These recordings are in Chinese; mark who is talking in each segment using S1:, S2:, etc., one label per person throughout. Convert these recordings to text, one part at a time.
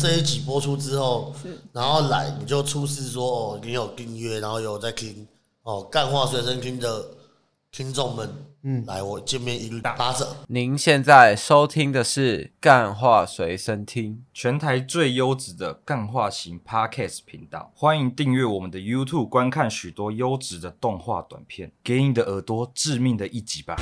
S1: 这一集播出之后，然后来你就出示说哦，你有订阅，然后有在听哦，干话随身听的听众们，嗯，来我见面一律打折。
S2: 您现在收听的是《干话随身听
S3: 全台最优质的干化型 Podcast 频道，欢迎订阅我们的 YouTube，观看许多优质的动画短片，给你的耳朵致命的一击吧！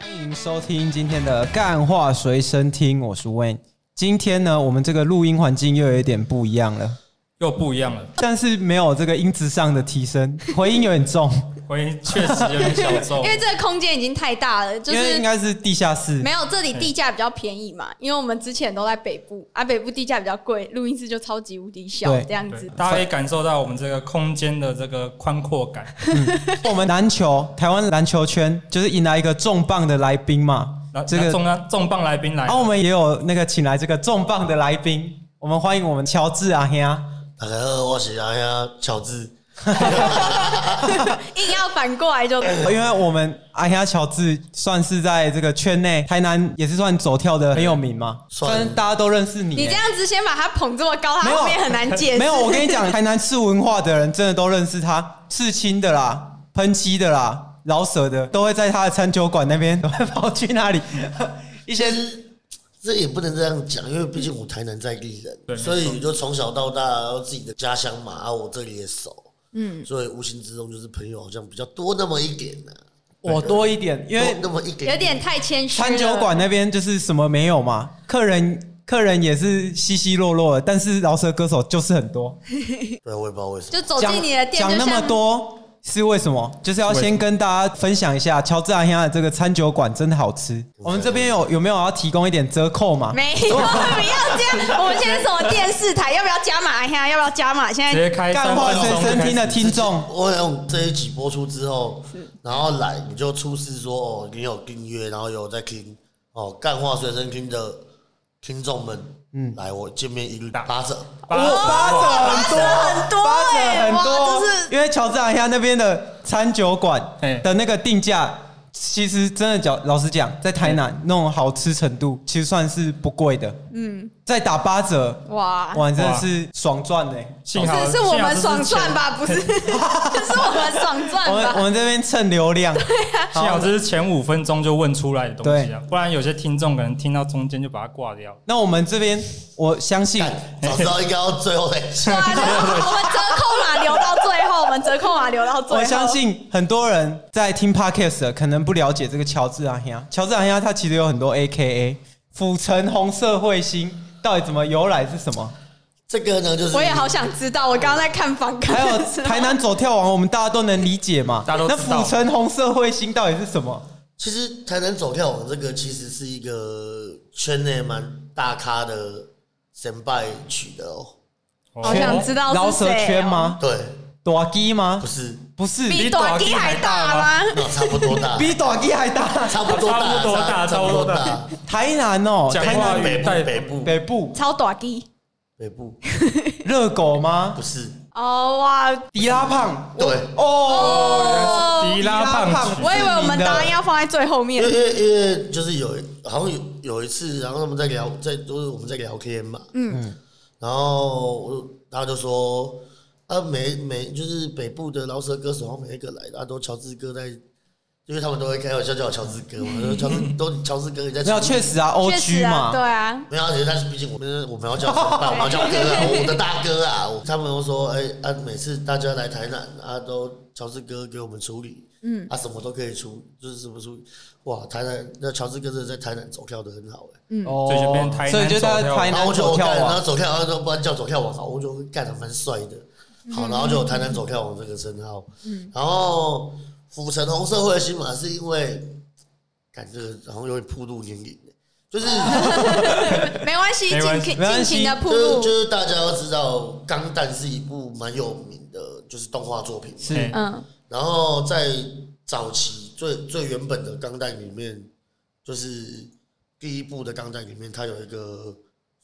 S4: 欢迎收听今天的干话随身听，我是 Wayne。今天呢，我们这个录音环境又有一点不一样了，
S5: 又不一样了，
S4: 但是没有这个音质上的提升，回音有点重，
S5: 回音确实有点小众
S6: 因。为这个空间已经太大 了，就
S4: 哦因为
S6: 是
S4: 应该是地下室
S6: 没。有这里地价比较便宜嘛，因为我们之前都在北部啊，北部地价比较贵，录音室就超级无敌小
S4: 对
S6: 这样
S5: 对
S6: 子，。
S5: 大家可以感受到我们这个空间的这个宽阔感。
S4: 我们篮球，台湾篮球圈就是迎来一个重磅的来宾嘛
S5: 那，
S4: 这
S5: 这个
S4: 个，
S5: 重啊重磅来宾来
S4: 然，后我们也有那个请来这个重磅的来宾，我们欢迎我们乔治阿兄。啊
S1: 大家好，我是阿呀乔治，
S6: 硬要反过 来就
S4: 因为我们阿亚乔治算是在这个圈内台南也是算走跳的很有名嘛，
S1: 算
S4: 算大家都认识你。
S6: 你这样子先把它捧这么高，
S4: 没
S6: 它
S4: 有
S6: 后面很难解释。
S4: 没有，我跟你讲，台南市文化的人真的都认识他，刺青的啦，喷漆的啦，饶舌的都会在他的餐酒馆那边都会跑去那里。 一些
S1: 这也不能这样讲，因为毕竟我台南在地人，
S5: 对
S1: 所以就从小到大，然后自己的家乡嘛，啊，我这里也熟，嗯，所以无形之中就是朋友好像比较多那么一点呢、
S4: 我多一点，因
S1: 多
S4: 为
S1: 那么一点，
S6: 有点太谦虚了。
S4: 餐酒馆那边就是什么没有嘛，客人客人也是稀稀落落的，但是饶舌歌手就是很多。
S1: 对，我也不知道为什么。
S6: 就走
S4: 讲
S6: 进你的店，
S4: 讲
S6: 就
S4: 那么
S6: 像
S4: 多是为什么？就是要先跟大家分享一下乔治阿香的这个餐酒馆真的好吃。我们这边有有没有要提供一点折扣嘛？
S6: 没 有，不要这样。我们现在是什么电视台？要不要加码一下？要不要加码？现
S5: 直
S6: 在
S5: 接开
S4: 干
S5: 三
S4: 话
S5: 分
S4: 随
S5: 钟就
S4: 身
S5: 开
S4: 听的
S5: 始。
S4: 听众，
S1: 我想这一集播出之后，然后来你就出示说哦，你有订阅，然后有在听哦，干话随身听的听众们，嗯，来我见面一律打折。
S4: 哇
S5: 八
S4: 哦八折很多，
S6: 很多
S4: 八折
S6: 哎，
S4: 很
S6: 哇，
S4: 多
S6: 这是，
S4: 因为乔治阿香那边的餐酒馆
S5: 哎
S4: 的那个定价。其实真的讲，老实讲，在台南那种好吃程度，其实算是不贵的。嗯，再打八折，
S6: 哇。
S4: 哇，你真的是爽赚嘞、
S5: 幸好
S6: 是是我
S5: 幸好这
S6: 们
S5: 是
S6: 爽赚
S5: 前？
S6: 吧？不是，是 我们爽赚
S4: 我们我
S6: 吧？
S4: 们这边蹭流量，
S5: 幸好这是前五分钟就问出来的东西啊，不然有些听众可能听到中间就把它挂掉。
S4: 那我们这边，我相信
S1: 早知道应该要最后再
S6: 对
S1: 讲。
S6: 啊，我们折扣码留到最后，我们折扣码留到最后。
S4: 我相信很多人在听 podcast 的可能不了解这个乔治阿香。乔治阿香他其实有很多 AKA，府城红色彗星到底怎么由来是什么？
S1: 这个呢，就是
S6: 我也好想知道，我刚刚在看房客，
S4: 还有台南走跳王，我们大家都能理解嘛？
S3: 大家都
S4: 那
S3: 知道
S4: 府城红色彗星到底是什么？
S1: 其实台南走跳网这个其实是一个圈内蛮大咖的神拜取的哦。
S6: 好想知道
S4: 饶
S6: 是
S4: 舌
S6: 谁哦
S4: 圈？吗？
S1: 对，
S4: 多基吗
S1: 不？ 是，
S4: 不是，
S6: 比短笛还大吗？
S1: 那差不多大，
S4: 比多基还大。
S1: 差不多大，
S5: 差不多大
S1: 差不多
S5: 差
S1: 大。
S4: 台南哦，
S5: 讲
S4: 台
S5: 话
S4: 南
S5: 语
S1: 北部
S5: 带
S1: 北部
S4: 北部
S6: 超短笛
S1: 北部
S4: 热狗吗
S1: 不？是，
S6: 哦哇！
S4: 迪拉胖
S1: 对，
S4: 哦。
S6: 哦，
S5: 迪拉胖
S6: 我以为我们答案要放在最后
S1: 因
S6: 面
S1: 为。因为因为就是有好像有有一次，然后他们在聊，在就是我们在聊天嘛，嗯，然后我就他就说，啊，每每就是北部的饶舌歌手，然后每一个来的、啊、都乔治哥在，因为他们都会开玩笑叫我乔治哥嘛，说乔治都乔治哥也在
S4: 没有，
S1: 唱，
S4: 确实啊，O
S6: 确
S4: G
S6: 实啊，
S4: 嘛，
S6: 对啊，
S1: 没有，而且但是毕竟我们我们要叫神爸，我们要叫哥啊，我的大哥啊，我他们都说，哎、啊，每次大家来台南啊，都乔治哥给我们处理，嗯，啊，什么都可以处，就是什么处理，哇，台南那乔治哥真的在台南走跳的很好哎、
S4: 哦
S5: 所以就变台南
S4: 所以就在台
S1: 然后
S4: 南
S1: 我就
S4: 走跳
S1: 干，然后
S4: 啊。
S1: 走跳，然后说不然叫走跳王好，我就干的蛮帅的，好，然后就有台南走跳王这个称号，嗯，然后府城红社会的新马是因为，感这个好像有点铺路年龄，就是。
S6: 没关系，
S5: 没关
S6: 尽
S5: 系
S4: 没关
S6: 尽
S4: 系
S6: 情的铺
S1: 就是
S6: 路
S1: 就。是大家要知道，《钢弹》是一部蛮有名的，就是动画作品。
S4: 是
S5: 哎
S6: 嗯，
S1: 然后在早期最最原本的《钢弹》里面，就是第一部的《钢弹》里面，它有一个
S6: 嗯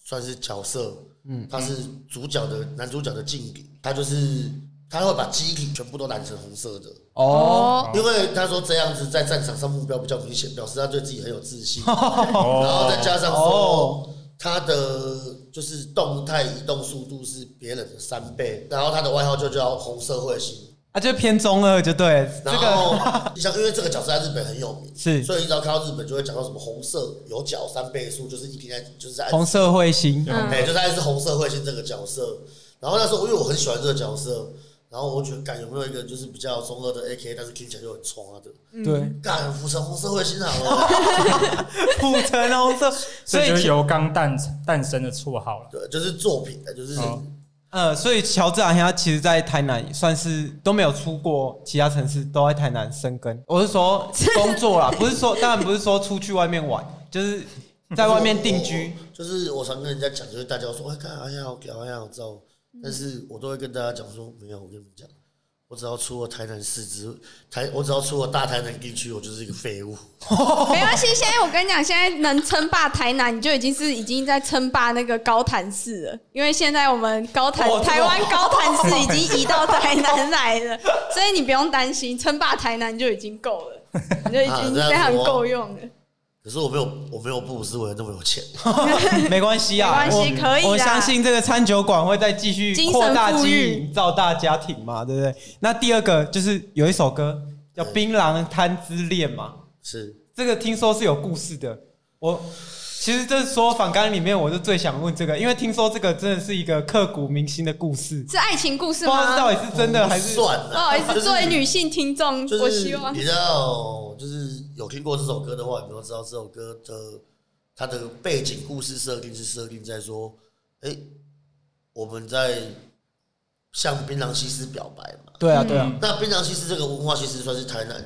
S1: 算是角色，嗯，他是主角的男主角的劲敌，他就是他会把机体全部都染成红色的，
S4: 哦，
S6: 哦，
S1: 因为他说这样子在战场上目标比较明显，表示他对自己很有自 信。
S5: 哦
S1: 然后再加上
S4: 哦
S1: 说他的就是动态移动速度是别人的三倍，然后他的外号就叫红社会型。
S4: 啊，就偏中二就对了，这
S1: 然
S4: 个
S1: 后你像因为这个角色在日本很有名，
S4: 是
S1: 所以你只要看到日本就会讲到什么红色有角三倍速，就是一定在就是在
S4: 红社会星
S5: 对
S1: 哎、就大概是红社会性这个角色。然后那时候因为我很喜欢这个角色，然后我觉得干有没有一个就是比较中二的 AK，但是听起来就很冲啊的，
S4: 对，
S1: 干浮成红社会新好了。
S4: 普城红色，
S5: 所
S4: 所
S5: 以就是
S4: 以
S5: 由刚诞诞生的绰号了。
S1: 对，就是作品的，就是、
S5: 哦
S4: 呃，所以乔治阿他其实，在台南也算是都没有出过其他城市，都在台南生根。我是说工作 啦，不是说当然不是说出去外面玩，就是在外面定 居。
S1: 就是我常跟人家讲，就是大家说哎干哎呀好屌哎呀好燥，但是我都会跟大家讲说没有，我跟你们讲。我只要出了台南市之台，我只要出了大台南地区，我就是一个废物。
S6: 没关系。现在我跟你讲，现在能称霸台南，你就已经是已经在称霸那个高潭市了。因为现在我们高潭
S4: 哇
S6: 台湾高潭市已经移到台南来了， 所以你不用担心，称霸台南就已经够了，你就已经非常够用了。
S1: 可是我没有，我没有布鲁斯韦恩那么有钱。
S4: 没关系啊，
S6: 没关系
S4: 我
S6: 可以啦
S4: 我相信这个餐酒馆会再继续扩大
S6: 精神富
S4: 经
S6: 裕
S4: 营，造大家庭嘛，对不对？那第二个就是有一首歌叫《槟榔摊之恋》嘛，
S1: 是，
S4: 这个听说是有故事的。我其实这说反纲里面，我就最想问这个，因为听说这个真的是一个刻骨铭心的故事，
S6: 是爱情故事
S4: 不知道
S6: 吗？
S4: 到底是真的还是
S1: 算了，
S6: 不好意
S1: 就
S6: 思，
S1: 是
S6: 作为女性听 众，
S1: 就是
S6: 我希望
S1: 比较就是有听过这首歌的话，有没有知道这首歌的它的背景故事设定是设定在说，哎、我们在向槟榔西施表白嘛？
S4: 对啊，对啊，
S1: 那槟榔西施这个文化其实算是台南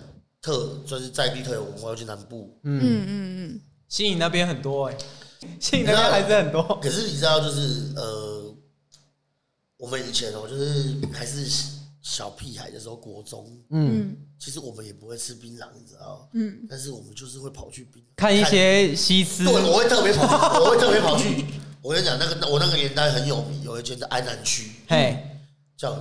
S1: 特，算是在地特有文化，尤其南部。
S6: 嗯嗯嗯，
S4: 新颖那边很多哎、新颖那边还是很多，
S1: 可是你知道，就是呃，我们以前哦、就是还是小屁孩的时候，国中，
S4: 嗯，
S1: 其实我们也不会吃槟榔，你知道，
S6: 嗯，
S1: 但是我们就是会跑去槟榔
S4: 看一些西施
S1: 对，，我会特别跑 去，我会特别跑去。我跟你讲，那个我那个年代很有名，有一间在安南区
S4: 嘿，
S1: 叫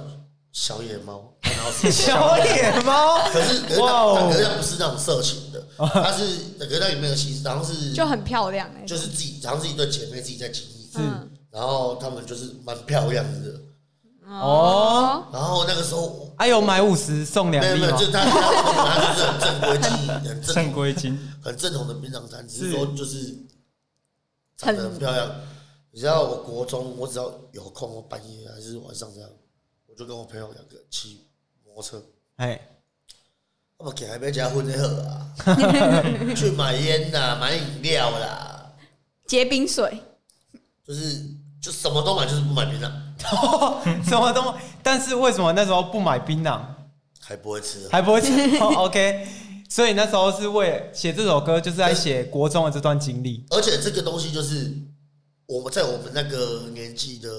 S1: 小野猫，然后是
S4: 小野猫，
S1: 可是可是
S4: 哇
S1: 它
S4: 哦
S1: 可是它不是那种色情的，它是可是它里面的其实好像是
S6: 就很漂亮哎、
S1: 就是自己好像是一对姐妹自己在经营，
S6: 嗯
S1: 然后她们就是蛮漂亮的，
S4: 哦，
S1: 然后那个时候。
S4: 哎还有买五十送两
S1: 没有
S4: 粒
S1: 没有，
S4: 吗
S1: 就？他他他就是很正规经营，很正
S5: 正规经
S1: 很正统的槟榔摊，只是
S4: 是
S1: 说就是长得很漂亮。你知道，我国中我只要有空，我半夜还是晚上这样，我就跟我朋友两个骑摩托车，
S4: 哎，
S1: 我们给还没结婚的喝啊，去买烟呐、买饮料啦，
S6: 结冰水，
S1: 就是就什么都买，就是不买槟榔，
S4: 什么都，但是为什么那时候不买槟榔？
S1: 还不会吃啊。
S4: 还不会吃、o k 所以那时候是为了写这首歌，就是在写国中的这段经历。
S1: 而且这个东西就是我们在我们那个年纪的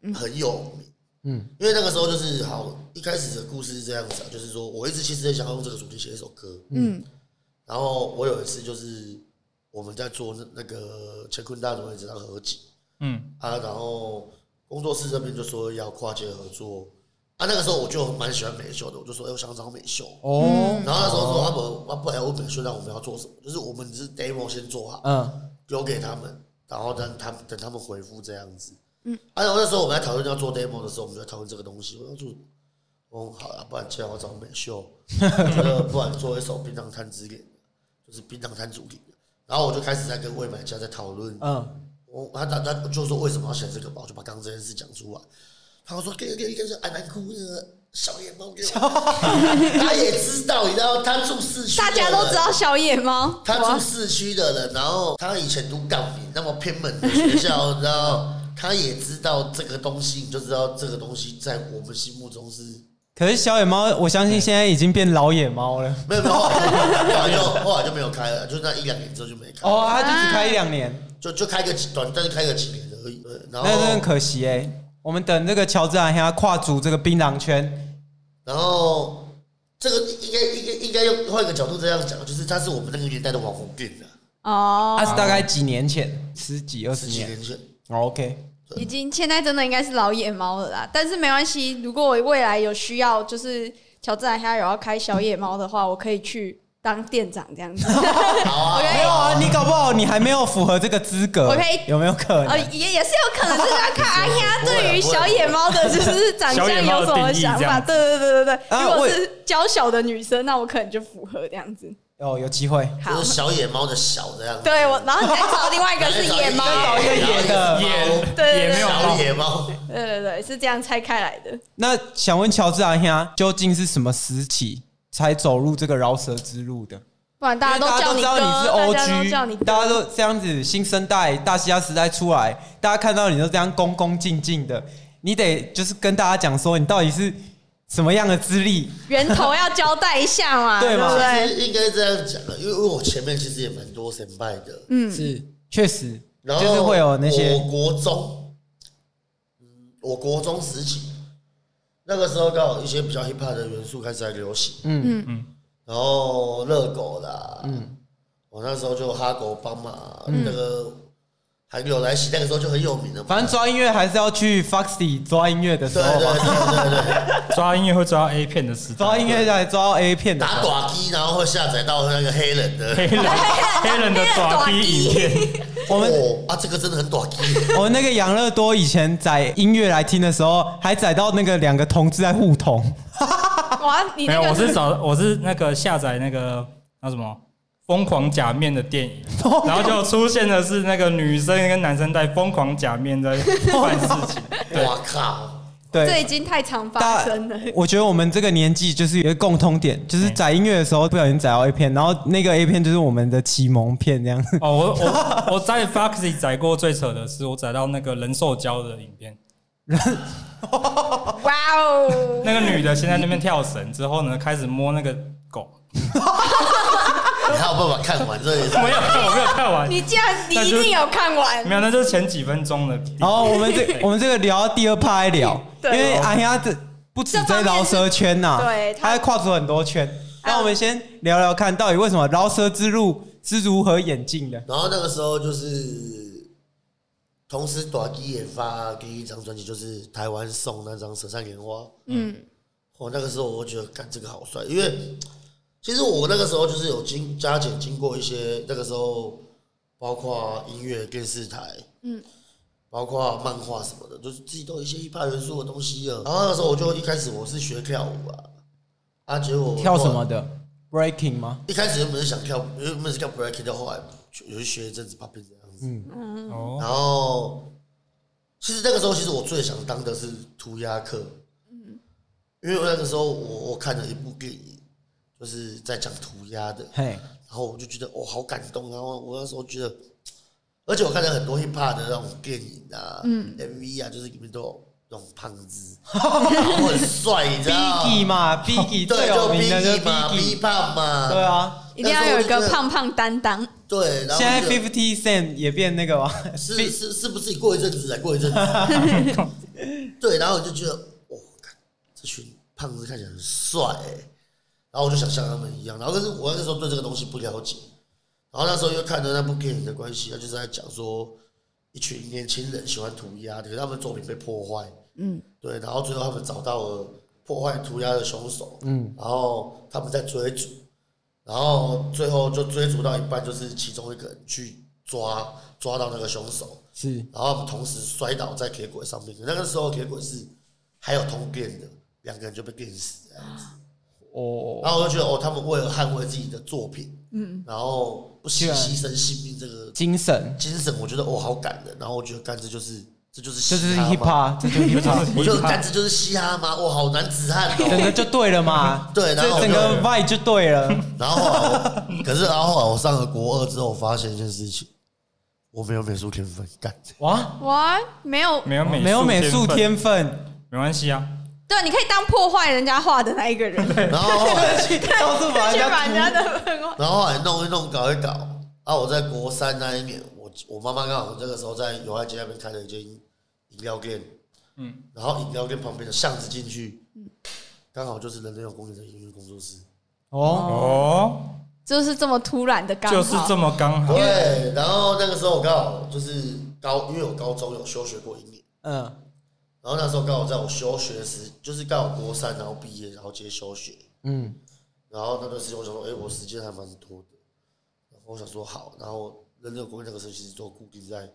S1: 人很有名，
S4: 嗯，
S1: 因为那个时候就是好一开始的故事是这样子啊，就是说我一直其实很想要用这个主题写一首歌，
S6: 嗯
S1: 然后我有一次就是我们在做那那个乾坤大挪移这张合集
S5: 嗯，
S1: 啊，然后工作室这边就说要跨界合作啊，那个时候我就蛮喜欢美秀的，我就说哎、我想找美秀，
S4: 哦，
S1: 然后那时候说他们啊不然问美秀让我们要做什么，就是我们只是 demo 先做好，
S4: 嗯，
S1: 丢给他们，然后等他们等他们回复这样子。嗯，而且、我那时候我们在讨论要做 demo 的时候，我们就在讨论这个东西，我要做什么。哦，好了，不然既然我找美秀，我觉得不然做一首槟榔摊之恋，就是槟榔摊主题的。然后我就开始在跟魏买家在讨论，
S4: 嗯，
S1: 我他他他就说为什么要选这个吧，我就把刚刚这件事讲出来。他说给给给是安南哭那个小野猫给 我，他也知道，你知道他住市区的
S6: 大
S1: 人，
S6: 家都知道小野猫，
S1: 他
S6: 哇
S1: 住市区的人，然后他以前读港民那么偏门的学校，然后他也知道这个东西，你就知道这个东西在我们心目中是
S4: 可是小野猫，我相信现在已经变老野猫了。
S1: 没有没有，后
S6: 哦
S1: 来就后来就没有开了，就那一两年之后就没开，
S4: 哦，它就只开一两年，
S1: 就就开个几短暂开个几年而已。呃然
S4: 那真的很
S1: 后
S4: 可惜哎、我们等这个乔治阿他跨足这个槟榔圈，
S1: 然后这个应该应该应该用换一个角度这样讲，就是他是我们那个年代的网红店的，啊
S6: 哦
S4: 啊他，是大概几年前，十几二十
S1: 十几
S4: 年。
S1: 年前。
S4: 哦、OK，
S6: 已经现在真的应该是老野猫了啦。但是没关系，如果我未来有需要，就是乔治兰虾有要开小野猫的话，我可以去当店长这样 子。
S1: 好啊，
S6: 没
S4: 没有啊，你搞不好你还没有符合这个资格
S6: OK
S4: 有没有可
S6: 呃，
S4: 能？
S6: 也也是有可能，就是要看 阿丫对于小野猫的，就是长相有什么想法。对对对对对，
S4: 啊
S6: 如果
S4: 我
S6: 是娇小的女生，那我可能就符合这样子。
S4: 哦，有机会。
S6: 好
S1: 就，是小野猫的小这样子。
S6: 对我，然后你再找另外一个是野 猫，
S1: 找一个
S4: 野的
S1: 野
S6: 对对
S5: 也没有
S1: 小
S5: 到
S1: 野猫，
S6: 对对对，是这样拆开来的。
S4: 那想问乔治阿兄，究竟是什么时期才走入这个饶舌之路的？
S6: 不然大家
S4: 因为
S6: 都叫
S4: 知
S6: 你
S4: 道
S6: 哥，
S4: 你是
S6: 大家都叫你
S4: OG，大家
S6: 哥。
S4: 都这样子，新生代大西亚时代出来，大家看到你都这样恭恭敬敬的，你得就是跟大家讲说，你到底是什么样的资历？
S6: 源头要交代一下嘛，
S4: 对
S6: 对
S4: 嘛
S6: 不
S1: 其
S6: 对？
S1: 实应该这样讲的，因为因为我前面其实也蛮多神拜的，
S6: 嗯
S4: 是，确实，
S1: 然后
S4: 就是会有那些
S1: 我国中，嗯，我国中时期，那个时候刚好一些比较 hip hop 的元素开始在流行，
S4: 嗯
S1: 嗯嗯，然后热狗啦，嗯，我那时候就哈狗帮嘛，
S4: 嗯
S1: 那个还有来袭，那个时候就很有名了嘛，
S4: 反正哦抓音乐还是要去 Foxy 抓音乐的时
S1: 对
S4: 候
S1: 对
S4: 嘛，
S1: 对对对，
S5: 抓音乐会抓 A 片的时代，
S4: 抓音乐来抓到 A 片的时
S1: 打
S4: 候。
S1: 短机，然后会下载到那个黑人的，
S5: 黑人黑 人的爪皮影片，
S4: 我们
S1: 哦啊，这个真的很 短机，
S4: 我们那个养乐多以前载音乐来听的时候，还载到那个两个同志在互捅，
S6: 哇，你
S5: 没
S6: 那
S5: 有，
S6: 个
S5: 我是找我是那个下载那个那什么。疯狂假面的电影，然后就出现的是那个女生跟男生在疯狂假面在办事情，
S1: 哇靠！
S6: 这
S4: 对
S6: 已。经太常发
S4: 大
S6: 生了。
S4: 我觉得我们这个年纪就是有一个共通点，就是载音乐的时候不小心载到 A 片，然后那个 A 片就是我们的启蒙片这样。
S5: 哦，我我我在 Foxy 载过最扯的是，我载到那个人兽交的影片，
S6: 哇哦，
S5: 那个女的先在那边跳绳，之后呢开始摸那个狗，
S1: 你还有办法看完这个也是
S5: 我没有看，我没有看完，
S6: 你竟然你
S5: 那
S6: 一
S5: 就是
S6: 定有看完，
S5: 没有，那就是前几分钟的。
S4: 然后哦我们 这我们这个聊到第二趴来聊，因
S6: 对
S4: 为哎呀这不止在饶舌圈呐、
S6: 这方面是对啊
S4: 他
S6: 他
S4: 还跨出很多圈。那我们先聊聊看到底为什么饶舌之路是如何演进的？
S1: 然后那个时候就是，同时短期也发第一张专辑，就是台湾送那张《舌灿莲花》。
S6: 嗯，
S1: 哦，那个时候我觉得，干这个好帅，因为其实我那个时候就是有经加减经过一些，那个时候包括音乐、电视台，
S6: 嗯，
S1: 包括漫画什么的，就是自己都有一些一派元素的东西啊了。然后那个时候我就一开始我是学跳舞啊，啊，结果
S4: 跳什么的？Breaking 吗？
S1: 一开始原本是想跳，原本是跳 breaking，到后来有去学一阵子 popping 这样子。
S4: 嗯
S5: 哦，
S1: 然后，其实那个时候，其实我最想当的是涂鸦课，
S4: 嗯
S1: 因为我那个时候我我看了一部电影，就是在讲涂鸦的，
S4: 嘿，
S1: 然后我就觉得哦好感动，然后我那时候觉得，而且我看了很多 hip hop 的那种电影啊，MV
S4: 嗯
S1: 啊，就是里面都有那种胖 子，然后很帅，你知
S4: b i
S1: 道
S4: g g i 嘛 b i g g i
S1: 对，
S4: 最
S1: 就
S4: 有
S1: B
S4: 名哦的就是
S1: E
S4: b
S1: 嘛
S4: i g
S1: ，B
S4: g i
S1: 胖嘛，
S4: 对，啊，
S6: 一定要有一个胖胖担当。
S1: 对，然后
S4: 现在
S1: 就
S4: Fifty Cent 也变那个嘛，
S1: 是是是不是你过一阵子才过一阵子？啊 对，然后我就觉得，哇，干这群胖子看起来很帅、欸，然后我就想像他们一样，然后可是我那时候对这个东西不了解，然后那时候又看了那部电影的关系，他就是在讲说一群年轻人喜欢涂鸦，可是他们作品被破坏，嗯，对，然后最后他们找到了破坏涂鸦的凶手，嗯，然后他们在追逐，然后最后就追逐到一半，就是其中一个人去抓抓到那个凶手，
S4: 是
S1: 然后他们同时摔倒在铁轨上面。那个时候铁轨是还有通电的，两个人就被电死这样子。
S4: 哦，
S1: 然后我就觉得哦，他们为了捍卫自己的作品，嗯，然后不惜
S4: 居然
S1: 牺牲性命这个
S4: 精神
S1: 精神，我觉得哦好感人。然后我觉得干这就是这就是
S4: 这就是
S1: 嘻哈
S4: hip
S1: 嘛，
S4: hop，这就是 hip hop，
S1: 我就干这就是嘻哈吗？哇，好男子汉
S4: 整
S1: 哦。
S4: 个就对了嘛，
S1: 对然后
S4: 这整个 vibe 就对了，
S1: 然后后来我，可 是然后后来我上了国二之后，我发现一件事情，我没有美术天分，干。
S4: 哇，
S6: 哇，没有，
S5: 没有美
S4: 没有美术
S5: 天分，
S4: 天分，
S5: 没关系啊，
S6: 对，你可以当破坏人家画的那一个人， 去
S1: 然后后来
S4: 去 到处把人
S6: 把人家
S4: 家
S6: 的漫画。
S1: 然后后来弄一弄，搞一搞。啊，我在国三那一年，我我妈妈刚好那个时候在友爱街那边开了一间饮料店，嗯，然后饮料店旁边的巷子进去，刚好就是人人有公园的音乐工作室。
S4: 哦，
S5: 哦，
S6: 就是这么突然的刚好，
S5: 就是这么刚好。
S1: 对，然后那个时候我刚好就是高，因为我高中有休学过英语，
S4: 嗯
S1: 然后那时候刚好在我休学时，就是刚好国三，然后毕业，然后接休学，
S4: 嗯，
S1: 然后那段时间我想说，哎、我时间还蛮多的，然后我想说好，然后人流国那个时候其实都固定在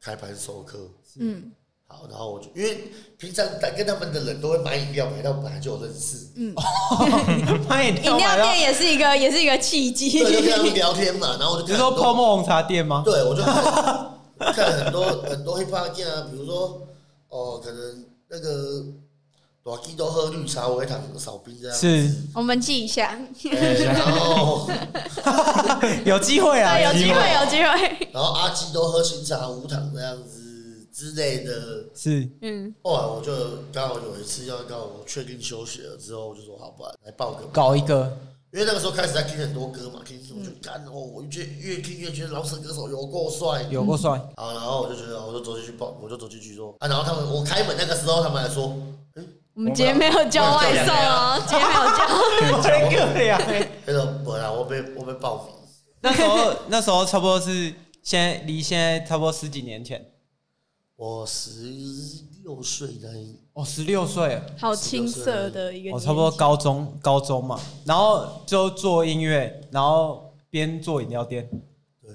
S1: 开盘授课，
S6: 嗯
S1: 好，然后我就因为平常在跟他们的人都会买饮料，买到本来就有认识，
S6: 嗯，
S4: 欢迎
S6: 饮料店也是一个也是一个契机
S1: 对，，就跟他们聊天嘛，然后我就
S4: 你
S1: 看
S4: 是说
S1: 很多
S4: 泡沫红茶店吗？
S1: 对，我就看看很多很多 hiphop 店啊，比如说哦，可能那个短基都喝绿茶，我会糖少冰这样，
S4: 是
S6: 我们记一下，
S1: 哎然后
S4: 有机会啊，
S6: 对，有机
S4: 会
S6: 会有机会，
S1: 然后阿基都喝清茶无糖这样子之类的。
S4: 是
S6: 嗯，
S1: 后来我就刚好有一次要刚好我确定休学了之后，我就说好吧，来报个，
S4: 搞一个
S1: 因为那个时候开始在听很多歌嘛，听我就干哦，我越越听越觉得饶舌歌手有够帅，
S4: 有过帅，
S1: 好，然后我就觉得，我就走进去报，我就走进去说啊，然后他们我开门那个时候，他们还说，哎、
S6: 我们今天没有叫外送哦，今天没有叫，
S4: 真个呀！
S1: 那个本来我被我被报名，
S4: 那时候那时候差不多是现在离现在差不多十几年前，
S1: 我十六岁那一年，
S4: 哦，十六岁，
S6: 好青涩的一个年纪，
S4: 哦我差不多高中高中嘛，然后就做音乐，然后边做饮料店。
S1: 对，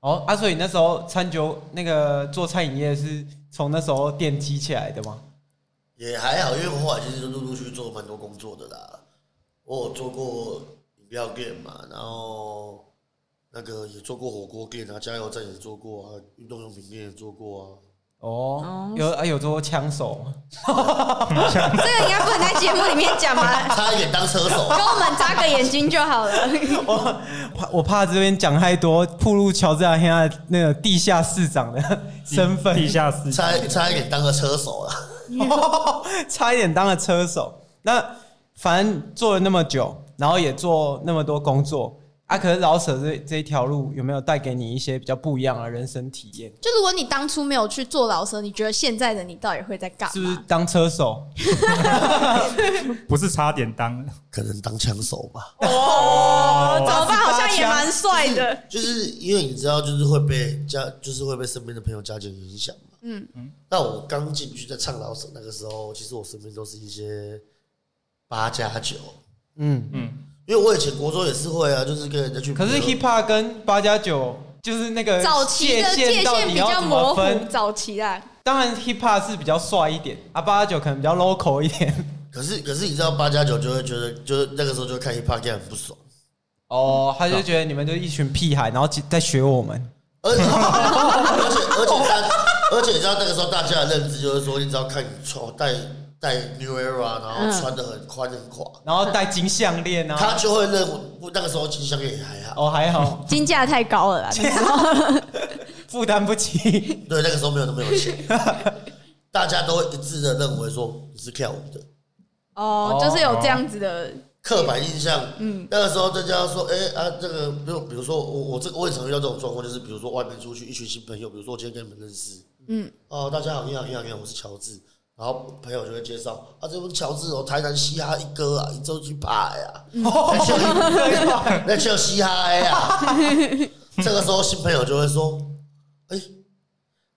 S4: 哦，啊，所以那时候餐酒那个做餐饮业是从那时候店积起来的吗？
S1: 也还好，因为我后来其实就陆陆续续做蛮多工作的啦，我有做过饮料店嘛，然后那个也做过火锅店啊，加油站也做过啊，运动用品店也做过
S4: 哦，有啊，有做过枪手吗？
S6: 这个应该不能在节目里面讲
S1: 啊，
S6: 吧？
S1: 差一点当车手
S6: 跟，我们眨个眼睛 就好了。
S4: 我怕我怕这边讲太多，暴露乔治亚现在那个地下市长的身份，
S5: 地下室
S1: 差差一点当个车手啦，
S4: 差一点当了车手。那反正做了那么久，然后也做那么多工作啊，可是老舍这这一条路有没有带给你一些比较不一样的人生体验？
S6: 就如果你当初没有去做老师，你觉得现在的你到底会在干嘛？
S4: 是不是当车手？
S5: 不是差点当了，
S1: 可能当枪手吧。
S6: 哦，怎么办？
S4: 八十八
S6: 好像也蛮帅的。
S1: 就是因为你知道，就是会被家，就是会被身边的朋友家境影响嘛。
S6: 嗯
S1: 嗯。那我刚进去在唱老舍那个时候，其实我身边都是一些八加九，
S4: 嗯，
S1: 因为我以前国中也是会啊，就是跟人家去。
S4: 可是 hip hop 跟八加九就是那个
S6: 早期的界
S4: 呃到
S6: 限
S4: 底
S6: 比
S4: 要
S6: 较
S4: 怎
S6: 模
S4: 么
S6: 糊，
S4: 分？
S6: 早期啊啦，
S4: 当然 hip hop 是比较帅一点，啊八加九可能比较 local 一点。
S1: 可是可是你知道八加九就会觉得，就是那个时候就会看 hiphop 很不爽。
S4: 哦，他就觉得你们就是一群屁孩，然后在学我们。
S1: 而且而且而且大，而且你知道那个时候大家的认知就是说，你只要看你穿戴戴 New Era，然后穿的很宽很垮，
S4: 然后戴金项链 啊。
S1: 他就会认为不那个时候金项链也还好。
S4: 哦，还好，
S6: 金价太高了啦。那时候
S4: 负担不起。
S1: 对，那个时候没有那么有钱，大家都会一致的认为说你是跳舞的，
S6: 哦，就是有这样子的，
S1: 刻板印象。
S6: 嗯
S1: 嗯，那个时候大家说，哎、啊，这个，比如比如说我我这个我也常遇到这种状况，就是比如说外面出去一群新朋友，比如说我今天跟你们认识，
S6: 嗯，
S1: 哦，大家好，你好，你好，你好，我是乔治。然后朋友就会介绍啊，这不是乔治哦，台南嘻哈一哥啊，一周去爬呀， 那叫嘻哈呀、这个时候新朋友就会说，哎、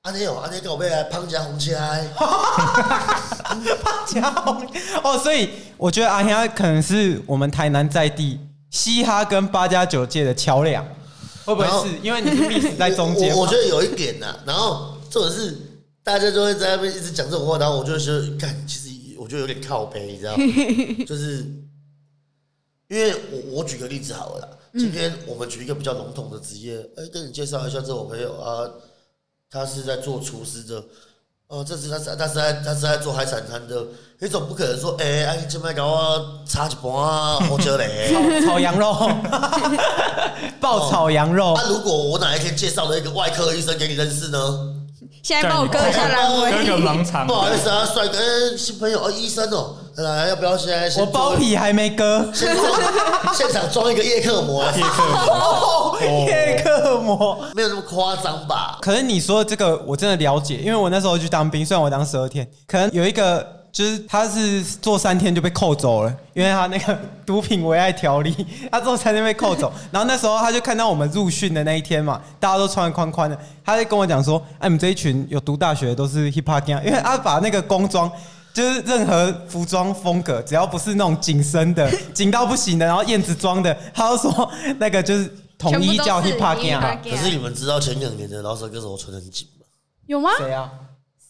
S1: 阿内哦，阿内跟我妹来胖家红起来。
S4: 加哦，所以我觉得阿香可能是我们台南在地嘻哈跟八加九界的桥梁，会不
S1: 然后
S4: 会是因为你是历史在中间
S1: 我我我
S4: 嘛
S1: 觉？得有一点呐、然后这种是大家就会在那边一直讲这种话，然后我就觉得，干，其实我觉得有点靠背，你知 道吗？就是因为我我举个例子好了啦，
S4: 嗯
S1: 今天我们举一个比较笼统的职业，哎、跟你介绍一下这我朋友啊，他是在做厨师的。哦，这是他是他是在他是在做海产餐的，你总不可能说，哎、啊，你这麦搞我差一半啊，我觉嘞。
S4: 炒羊肉，爆炒羊肉
S1: 啊那、，如果我哪一天介绍了一个外科医生给你认识呢？
S6: 现在帮我 割一下
S4: 哦
S6: 阑
S5: 割个
S6: 尾。
S5: 盲肠
S1: 不，好意思啊，帅哥，哎新朋友哦，医生哦，来，要不要现在先
S4: 我包皮还没割，
S1: 做一个，现场 现场装一个叶克膜，啊
S5: 叶克
S4: 叶克膜。
S1: 没有那么夸张吧？
S4: 可是你说的这个我真的了解，因为我那时候去当兵，虽然我当十二天，可能有一个就是他是做三天就被扣走了，因为他那个毒品危害条例， 他做三天被扣走。然后那时候他就看到我们入训的那一天嘛，大家都穿的宽宽的，他就跟我讲说：“哎，你们这一群有读大学的都是 hip hop gang，因为他把那个工装。”就是任何服装风格，只要不是那种紧身 的、紧到不行的，然后燕子装的，他就说那个就是统一叫 hip hop gang 啊。
S1: 可是你们知道前两年的老舍歌手穿得很紧吗？
S6: 有吗？
S4: 谁啊？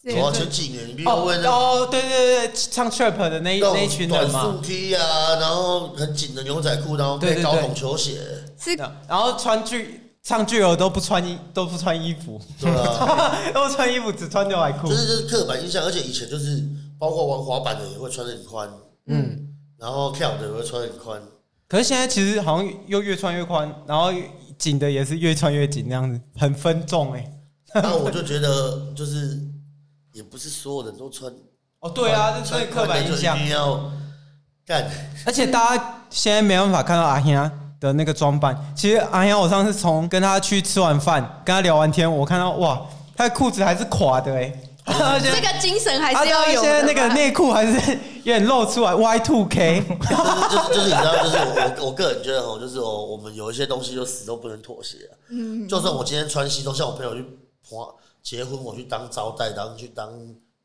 S6: 谁
S1: 哇，前几年你
S4: 哦
S1: 问那
S4: 哦，对对对，唱 trap 的那一那一
S1: 种
S4: 群
S1: 短
S4: 人嘛
S1: 束，T 啊，然后很紧的牛仔裤，然后
S4: 对
S1: 配
S4: 对
S1: 高
S4: 对
S1: 筒球 鞋，
S6: 是
S4: 然后穿巨唱巨偶都不穿衣都不穿衣服，
S1: 对啊，
S4: 都不穿衣服只穿牛仔裤
S1: 就。是就是刻板印象，而且以前就是包括玩滑板的也会穿得很宽，
S4: 嗯，
S1: 然后跳的也会穿得很宽，
S4: 可是现在其实好像又越穿越宽，然后紧的也是越穿越紧那样子，很分众哎、
S1: 那我就觉得就是也不是所有人都穿，
S4: 哦，对啊，这
S1: 穿
S4: 是刻板印象
S1: 就一，定要干，
S4: 而且大家现在没办法看到阿香的那个装扮。其实阿香，我上次从跟他去吃完饭，跟他聊完天，我看到哇，他的裤子还是垮的哎、欸，
S6: 这个精神还是
S4: 啊
S6: 要有
S4: 现在
S6: 的吧。
S4: 那个内裤还是 有点露出来，Y two K，
S1: 就是就是就是你知道，就是我我我个人觉得哦，就是我我们有一些东西就死都不能妥协、啊，嗯，就算我今天穿西装，像我朋友去花结婚，我去当招待，然后去当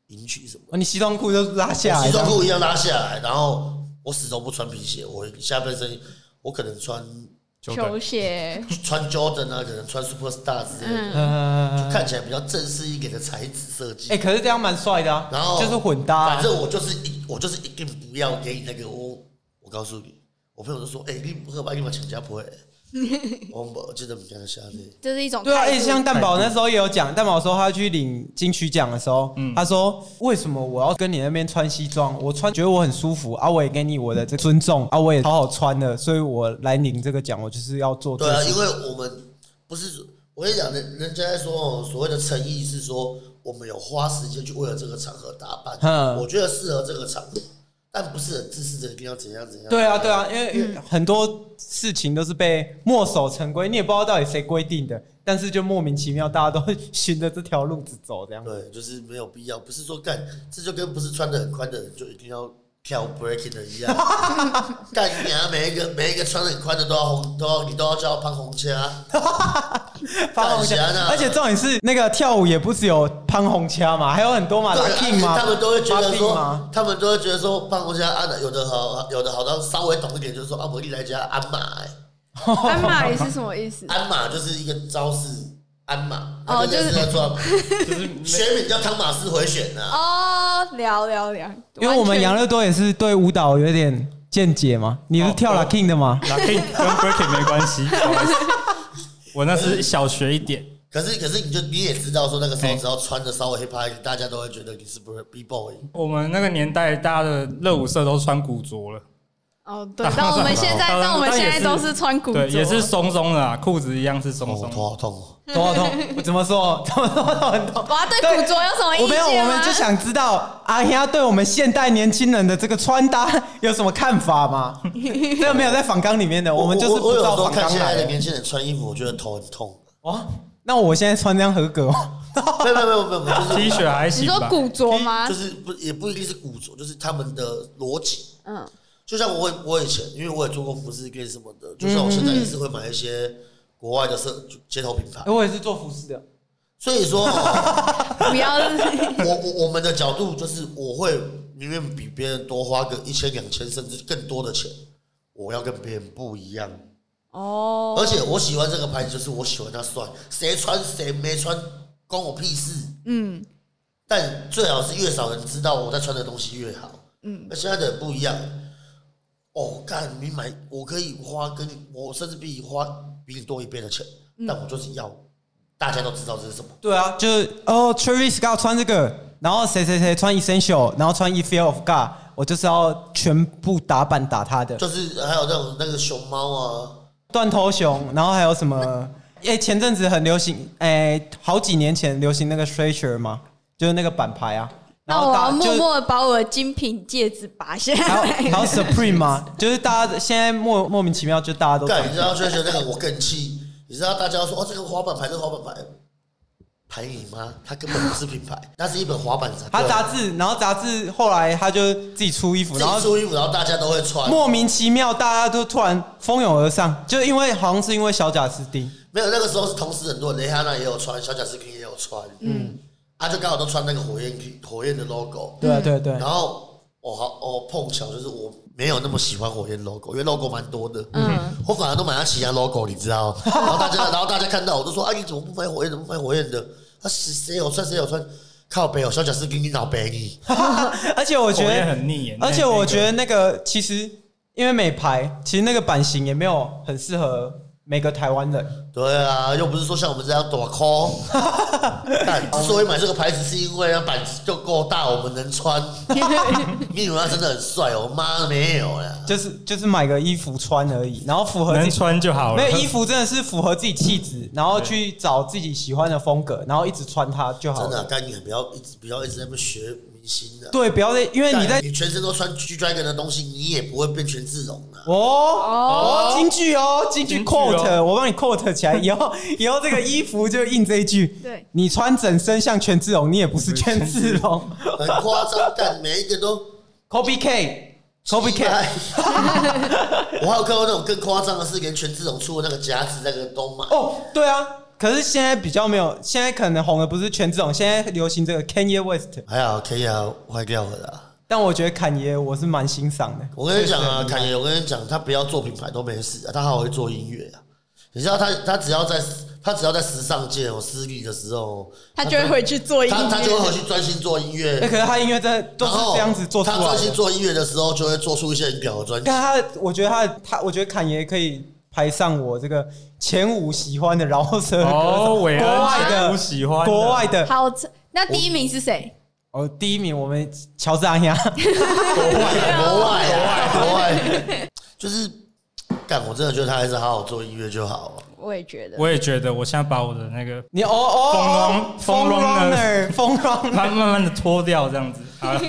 S1: 迎娶什么。
S4: 哦你西装裤就拉下
S1: 我
S4: 来，
S1: 西装裤一样拉下来，然后我始终不穿皮鞋，我下半身我可能穿
S6: 球鞋，
S1: 穿 Jordan 啊，可能穿 Superstar 之类的，
S4: 呃，
S1: 看起来比较正式一点的材质设计。
S4: 哎、可是这样蛮帅的啊，
S1: 然后
S4: 就是混搭、啊
S1: 反正我就是一我就是一定不要给你那个我，我告诉你，我朋友都说，哎、你不喝吧，你把请假不会。我我记得我们家的虾子，
S6: 这是一种
S4: 对啊，
S6: 态
S4: 而
S6: 度
S4: 且像蛋宝那时候也有讲，蛋宝说他去领金曲奖的时候，
S1: 嗯
S4: 他说为什么我要跟你那边穿西装？我穿觉得我很舒服啊，我也给你我的这个尊重啊，我也好好穿的，所以我来领这个奖，我就是要做这
S1: 对啊，
S4: 个。
S1: 因为我们不是我跟你讲，人人家在说哦，所谓的诚意是说我们有花时间去为了这个场合打扮，
S4: 嗯
S1: 我觉得适合这个场合，但不是很自私的一定要怎样怎样。
S4: 对啊，对啊，因为因为很多事情都是被墨守成规，你也不知道到底谁规定的，但是就莫名其妙大家都循着这条路子走，这样。
S1: 对，就是没有必要，不是说干，这就跟不是穿的很宽的人就一定要跳 breaking 的一样，干你娘！每一个每一个穿的很宽的都要红，都要你都要叫潘红啊掐，
S4: 潘红
S1: 干
S4: 掐
S1: 啥呢，
S4: 而且重点是那个跳舞也不只有潘红掐嘛，还有很 多嘛，
S1: 对
S4: 拉
S1: 而
S4: king
S1: 且
S4: 嘛，
S1: 啊他们都会觉得
S4: Bucking 嘛
S1: 说，他们都会觉得说潘红掐啊，有的好，有的好像稍微懂一点，就是说啊，我历来家鞍马、欸，
S6: 鞍马也是什么意思？
S1: 鞍马就是一个招式，鞍马
S6: 哦
S1: 那个
S6: 就是
S1: 人在 抓，
S5: 就是 没
S1: 啊学名叫汤马斯回旋呐、啊。
S6: 哦，聊聊聊，
S4: 因为我们养乐多也是对舞蹈有点见解嘛。你是跳
S5: 哦
S4: La King 的 吗？
S5: Locking 跟 Breaking 没关系，不好意思我那是小学一点，
S1: 可是可是你就你也知道说那个时候只要穿的稍微 hip hop，一点大家都会觉得你是不是 b boy。
S5: 我们那个年代大家的热舞社都穿古着了，
S6: 哦，对，但我们现 在，但我们现在都是穿古着，
S5: 对，也是松松的啊，裤子一样是松
S1: 哦，
S5: 松
S1: 我
S5: 的。
S1: 头好痛哦！
S4: 头好痛，啊怎么说？ 怎么说头很痛？
S6: 哇，对古着有什么意
S4: 我没有，我
S6: 见
S4: 们
S6: 吗
S4: 就？想知道阿丫对我们现代年轻人的这个穿搭 有什么看法吗？这个没有在访纲里面的，我们就是
S1: 我
S4: 不
S1: 有
S4: 照
S1: 时候
S4: 访
S1: 看
S4: 纲
S1: 现在
S4: 来
S1: 的
S4: 的。
S1: 年轻人穿衣服，我觉得头很痛。
S4: 哇，那我现在穿这样合格哦吗？
S1: 没有没有没有没有，就是
S5: T 恤还
S6: 你
S5: 行
S6: 说
S5: 吧？
S6: 古着
S4: 啊
S6: 吗
S1: 就？是不也不一定是古着，就是他们的逻辑。
S6: 嗯，
S1: 就像我我以前，因为我也做过服饰店什么的，就像我现在也是会买一些国外的设街头品牌。
S4: 哎我也是做服饰的，
S1: 所以说，哦
S6: 不要，
S1: 我我我们的角度就是，我会宁愿比别人多花个一千、两千，甚至更多的钱，我要跟别人不一样。
S6: 哦，
S1: 而且我喜欢这个牌子，就是我喜欢它帅，谁穿谁没穿关我屁事。嗯，但最好是越少人知道我在穿的东西越好。嗯，那现在的人不一样。哦，干，你买我可以花跟你我甚至比你花比你多一倍的钱，但我就是要大家都知道这是什么。
S4: 对啊，就是哦，Travis Scott 穿这个，然后谁谁谁穿 Essential，然后穿 E Feel of God，我就是要全部打板打他的。
S1: 就是还有那种那个熊猫啊，
S4: 断头熊，然后还有什么？ 哎、前阵子很流行，哎、好几年前流行那个 Stretcher 嘛，就是那个板牌啊。 然
S6: 那
S4: 后
S6: 我
S4: 大
S6: 要
S4: 家
S6: 默
S4: 就
S6: 默的把我的精品戒指拔下
S4: 还有 还有
S6: 来。
S4: Supreme 嘛，就是大家现在莫莫名其妙就大家都
S1: 干，你知道追求那个我更气，你知道大家说哦这个滑板牌，这个滑板牌，排你妈，它根本不是品牌， 它是一本滑板杂志。
S4: 他杂志，然后杂志后来他就自己出衣服，
S1: 自
S4: 然后
S1: 己出衣服，然后大家都会穿。
S4: 莫名其妙大家都突然蜂拥而上，就是因为好像是因为小贾斯汀，
S1: 没有，那个时候是同时很多人，蕾哈娜也有穿，小贾斯汀也有穿，嗯，啊，就刚好都穿那个火焰火焰的 logo，
S4: 对啊对啊对啊
S1: 然，后我好我碰巧就是我没有那么喜欢火焰 logo，因为 logo 蛮多的，嗯，我反而都买它其他 logo，你知道？然后大家然后大家看到我都说，啊，你怎么不买火焰？怎么不买火焰的？他谁谁有穿谁有穿？靠北哦，小贾斯汀你脑北你，
S4: 而且我觉
S5: 火焰
S4: 得，
S5: 很腻耶，
S4: 而且我觉得
S5: 得
S4: 那个其实因为美牌，其实那个版型也没有很适合每个台湾人。
S1: 对啊，又不是说像我们这样短裤，但之所以买这个牌子，是因为它板子就够大，我们能穿。你以为他真的很帅哦？妈没有呀，
S4: 就是就是买个衣服穿而已，然后符合自
S5: 能
S4: 己
S5: 穿就好了。
S4: 没有衣服真的是符合自己气质，然后去找自己喜欢的风格，然后一直穿它就好
S1: 真的啊
S4: 了。
S1: 干你很不要一直不要一直在那边学明星的。
S4: 对，不要再因哎为你在
S1: 干你全身都穿 G Dragon 的东西，你也不会变全自啊容的、
S4: 哦哦，京剧哦，京
S5: 京
S4: 剧
S5: 剧
S4: quote，
S5: 哦
S4: 我帮你 quote 起来，以后 以后这个衣服就印这一句。
S6: 对，
S4: 你穿整身像权志龙，你也不是权志龙。
S1: 很夸张。干每一个都
S4: Kobe K，Kobe K，
S1: 哎我还有看过那种更夸张的是，连全自容出的那个夹子那个都买。
S4: 哦，对啊。可是现在比较没有，现在可能红的不是权志龙，现在流行这个 Kanye West。
S1: 还好 K 啊坏掉了啦。
S4: 但我觉得侃爷我是蛮欣赏的。
S1: 我跟你讲啊，侃爷，我跟你讲，他不要做品牌都没事啊，他好会做音乐啊。你知道他，他只要在他只要在时尚界哦私立的时候哦，
S6: 他就会回去做音
S1: 他他就会
S6: 乐
S1: 回。去专心做音
S4: 那
S1: 乐，
S4: 哎可是他音乐真的 都
S1: 然
S4: 是
S1: 后
S4: 这样子做出
S1: 他
S4: 来
S1: 专心
S4: 的。
S1: 做音乐的时候，就会做出一些很屌的专辑。
S4: 看他的，我觉得他的他，我觉得侃爷可以排上我这个前五喜欢的饶舌歌手
S5: 哦，
S4: 国
S5: 伟恩
S4: 外
S5: 前
S4: 的
S5: 五喜欢的
S4: 国外的
S6: 好，这那第一名是谁？
S4: 哦，第一名我们乔治阿亚，
S1: 国外，国外啊，国外，就是干，我真的觉得他还是好好做音乐就好了。
S6: 我也觉得，
S5: 我也觉得，我现在把我的那个
S4: 你哦哦，
S5: 疯
S4: 疯
S5: 疯
S4: runner，疯 runner。
S5: 慢慢慢的脱掉这样子啊，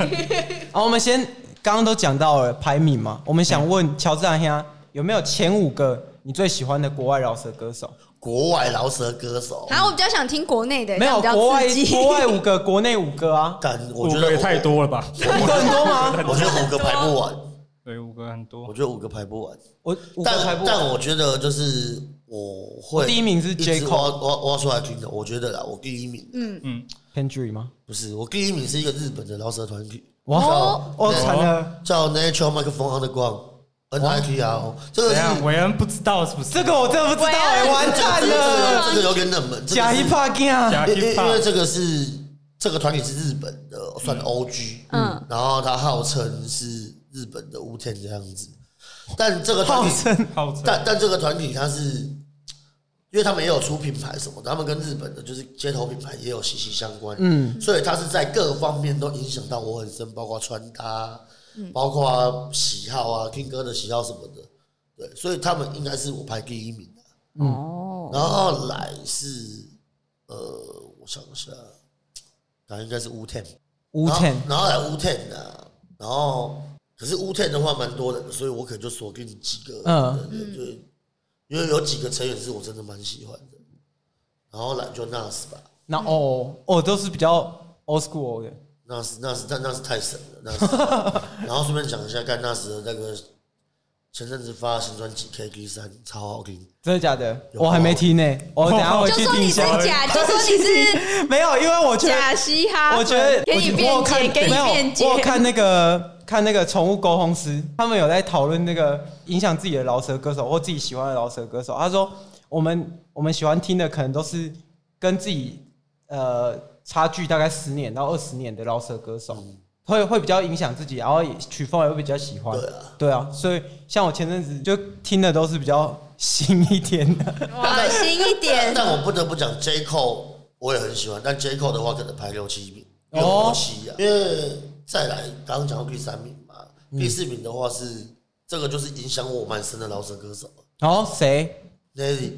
S4: 好，我们先刚刚都讲到了排名嘛，我们想问乔治阿亚有没有前五个你最喜欢的国外饶舌歌手？
S1: 国外饶舌歌手，
S6: 然后我比较想听国内的，
S4: 没有，
S6: 这样
S4: 国外
S6: 比较刺激
S4: 国外五个，国内五个 啊，
S1: 干，我
S5: 五
S1: 觉
S5: 个
S1: 得
S5: 也太，多了吧？
S4: 五个很多吗？
S1: 我觉得五个排不完，
S5: 对，五个很多
S1: 我。觉得五个排不完。
S4: 我五个排
S1: 但
S4: 不
S1: 但
S4: 完。
S1: 我觉得就是我会
S4: 第一名是
S1: 一直
S4: J. Cole
S1: 挖挖挖出来听的，我觉得啦，我第一名，嗯，
S4: Henry 吗？
S1: 不是我第一名是一个日本的饶舌团体，
S6: 哦
S4: 哇，我惨了！
S1: 叫 Natural Microphone Underground，N I T R O，这个
S5: 怎
S1: 是
S5: 样？韦恩不知道是不是？
S4: 这个我真的不知道哎、
S6: 喂
S4: 完蛋
S1: 这个
S4: 了！
S1: 这个有点冷门，这个
S4: 假
S1: 是
S4: 一怕惊啊！
S5: 假
S1: 因因
S5: hip
S1: 因为
S5: hop
S1: 这个是这个团体是日本的，算 O G，嗯
S6: 嗯，
S1: 然后他号称是日本的 Wu Ten 这样子，但这个团
S4: 号
S1: 体
S4: 称
S5: 号称
S1: 但但这个团体它是，因为他们也有出品牌什么的，他们跟日本的就是街头品牌也有息息相关，嗯，所以它是在各个方面都影响到我很深，包括穿搭，包括喜好啊，听歌的喜好什么的，对，所以他们应该是我排第一名的。
S6: 哦，
S1: 然后来是，呃，我想一下，然后应该是 Wu Ten，
S4: 五千
S1: 然后来 Wu Ten 的，啊然后可是 Wu Ten 的话蛮多人的，所以我可能就锁定几个，
S4: 嗯
S1: 嗯，对，因为有几个成员是我真的蛮喜欢的，然后来就 Nas 吧
S4: 那哦哦都是比较 old school 的。
S1: ，Nas Nas 但 Nas 太神了，Nas，然后顺便讲一下，干 Nas 的那个前阵子发的新专辑 KD 三超好听，
S4: 真的假的？
S1: 有
S4: 我还没听呢、我等一下回
S6: 就
S4: 去
S6: 说
S4: 听一
S6: 你是
S4: 下。
S6: 假，就说你是
S4: 没有，因为我觉得
S6: 假嘻哈粉，
S4: 我觉得
S6: 给
S4: 我我
S6: 你
S4: 有
S6: 辩
S4: 看
S6: 解，给你
S4: 没有
S6: 辩解。
S4: 我有看那个看那个宠物沟通师，他们有在讨论那个影响自己的饶舌歌手或自己喜欢的饶舌歌手。他说，我们我们喜欢听的可能都是跟自己呃差距大概十年到二十年的饶舌歌手，会会比较影响自己，然后也曲风也会比较喜欢。
S1: 对啊，
S4: 所以像我前阵子就听的都是比较新一点的。
S6: 哇，新一点
S1: 但，但我不得不讲 J Cole 我也很喜欢，但 J Cole 的话可能排六七名，六
S4: 哦
S1: 或七啊，因为再来刚刚讲到第三名嘛，第四名的话是这个就是影响我蛮深的饶舌歌手
S4: 然后谁？
S1: Nelly，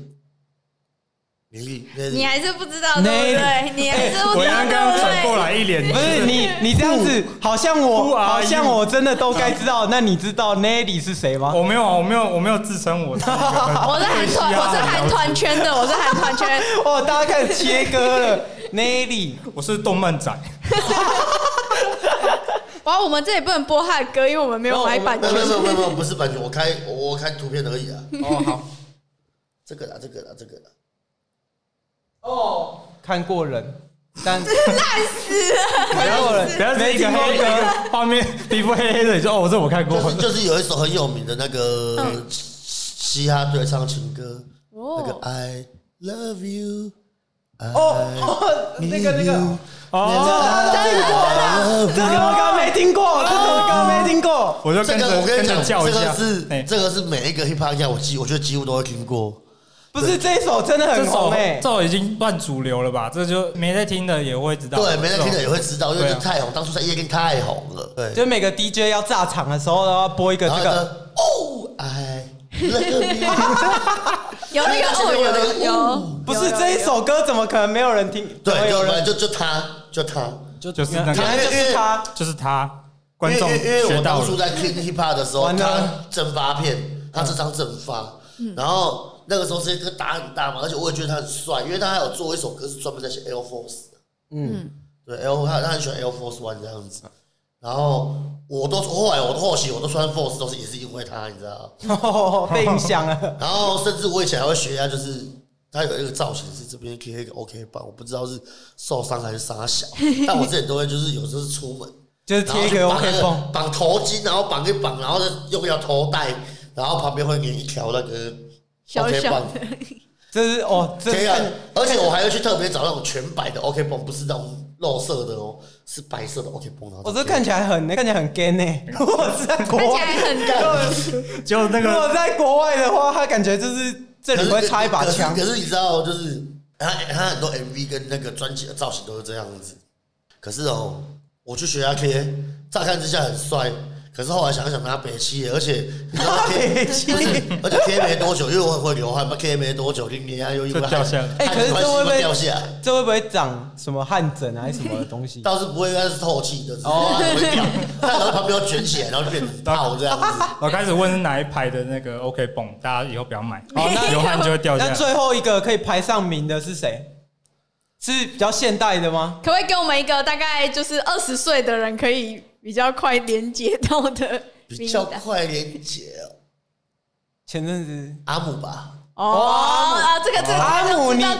S1: 米粒
S6: 你
S1: Nelly，
S6: 还是不知道对不对？你还是不
S5: 韦
S6: 知道
S5: 恩刚刚转
S6: 对
S5: 过
S6: 不
S5: 来
S6: 对？
S5: 一脸
S4: 不是你，你这样子好像
S5: Who
S4: 我，
S5: are
S4: 好像
S5: you？
S4: 我真的都该知道。那你知道 Nelly 是谁吗？
S5: 我没有啊，我没有，我没有自称我是一个
S6: 哦我是韩团，我是韩团圈的，我是韩团圈。
S4: 哦哇，大家开始切割了。 Nelly，
S5: 我是动漫仔，
S6: 哇，我们这也不能播他的歌，因为我们没有买版
S1: 没有
S6: 权
S1: 没。有没有没有，不是版权，我开我我开图片而已啊。
S5: 哦好，
S1: 这个啦，这个啦，这个啦。
S4: 看过人，但
S5: 不要不要是一个黑的画面，皮肤黑黑的，你说哦，这 我看过，
S1: 就是就是有一首很有名的那个嘻哈对唱情歌，那个
S6: 哦
S1: I love you，
S4: 哦，那个那个，
S5: 哦，
S1: 哦
S4: 这首歌没听过，这首歌没听过，
S5: 我就
S1: 这
S5: 跟着
S1: 个我跟
S5: 跟
S1: 你
S5: 着
S1: 讲，这
S5: 叫一
S1: 个
S5: 下，
S1: 是
S5: 哎
S1: 这个是每一个 hip hop 家我几我觉得几乎都会听过。
S4: 不是这一首真的
S5: 这
S4: 很
S1: 哦
S5: 首
S4: 红哎
S5: 这，首已经算主流了吧？这就没在听的也会知道，
S1: 对，没人听的也会知道，因为
S5: 对
S1: 这
S5: 啊
S1: 太红，当初在夜店太红了。对，
S4: 就是每个 DJ 要炸场的时候都要播一个
S1: 然后
S4: 这
S1: 呢
S4: 个，，
S1: 哦，I love you，
S6: 有 那个哦，有有有，
S4: 不是这一首歌怎么可能没有人听？怎么
S1: ，Oh 对，
S4: 有
S1: 就
S4: 人
S1: 就就他，就他，
S5: 就就是那
S4: 原
S5: 个
S4: 来就是他，
S5: 就是他，
S1: 因
S5: 观
S1: 为因
S5: 众
S1: 为因为
S5: 学
S1: 我
S5: 到
S1: 当初
S5: 了，嗯
S1: 在听 hip hop 的时候，
S4: 完了
S1: 他正发片，他这张正发，
S5: 嗯
S1: 然后那个时候这个打很大嘛，而且我也觉得他很帅，因为他还有做一首歌是专门在写 Air Force 的，
S4: 嗯
S1: 对 L 他他很喜欢 Air Force One 这样子，然后我都后来我后期我都穿 Force 都是也是因为他，你知 道吗，
S4: 哦被影响了，
S1: 然后甚至我以前还会学他，就是他有一个造型是这边贴一个 OK 棒，我不知道是受伤还是杀 小，但我之前都会就是有时候是出门。
S4: 就是
S1: 然后
S4: 贴一
S1: 就
S4: 个
S1: 绑那
S4: OK 绷，
S1: 绑头巾，然后绑一绑，然后再用要头带，然后旁边会给你一条那个
S6: 小
S1: OK
S6: 小
S1: 棒，
S6: 的，
S4: 这是哦，这
S1: 可以啊
S4: 是。
S1: 而且我还要去特别找那种全白的 OK 绷，不是那种肉色的哦，是白色的 OK 绷。然后
S4: 我这看起来很看起来很 gay 呢、 我是在国
S6: 看起
S4: 外，
S6: 来很热，
S5: 就那
S4: 如
S5: 个
S4: 果在国外的话，他感觉就是这里会插一把枪
S1: 可是。可是你知道，就是他他很多 MV 跟那个专辑的造型都是这样子。可是哦，我去学他 K，乍看之下很帅，可是后来想想他北七耶，而且你知道 K 不是，而且 K 没多久，因为我很会流汗嘛，K 没多久，今年又因为
S5: 就掉下来
S1: 汗
S4: 哎、可是
S1: 汗关
S4: 这
S1: 系
S4: 会不
S1: 嘛掉
S4: 会
S1: 下来，
S4: 这会不会长什么汗疹啊还是什么的东西？
S1: 倒是不会，应该是透气的，只是
S4: 哦
S1: 它会掉，但然后旁边又卷起来，然后就 变成泡这样子。
S5: 我开始问是哪一排的那个 OK 泵，大家以后不 要买，
S1: 哦
S4: 好那
S5: 流汗就会掉下
S4: 那
S5: 来。
S4: 最后一个可以排上名的是谁？是比较现代的吗？
S6: 可不可以给我们一个大概就是二十岁的人可以比较快连接到的
S1: 比
S6: 名
S1: 较
S6: 单？
S1: 快连接哦
S4: 前阵子
S1: 阿姆吧，
S6: 哦啊，这个这个
S4: 阿姆你
S6: 阿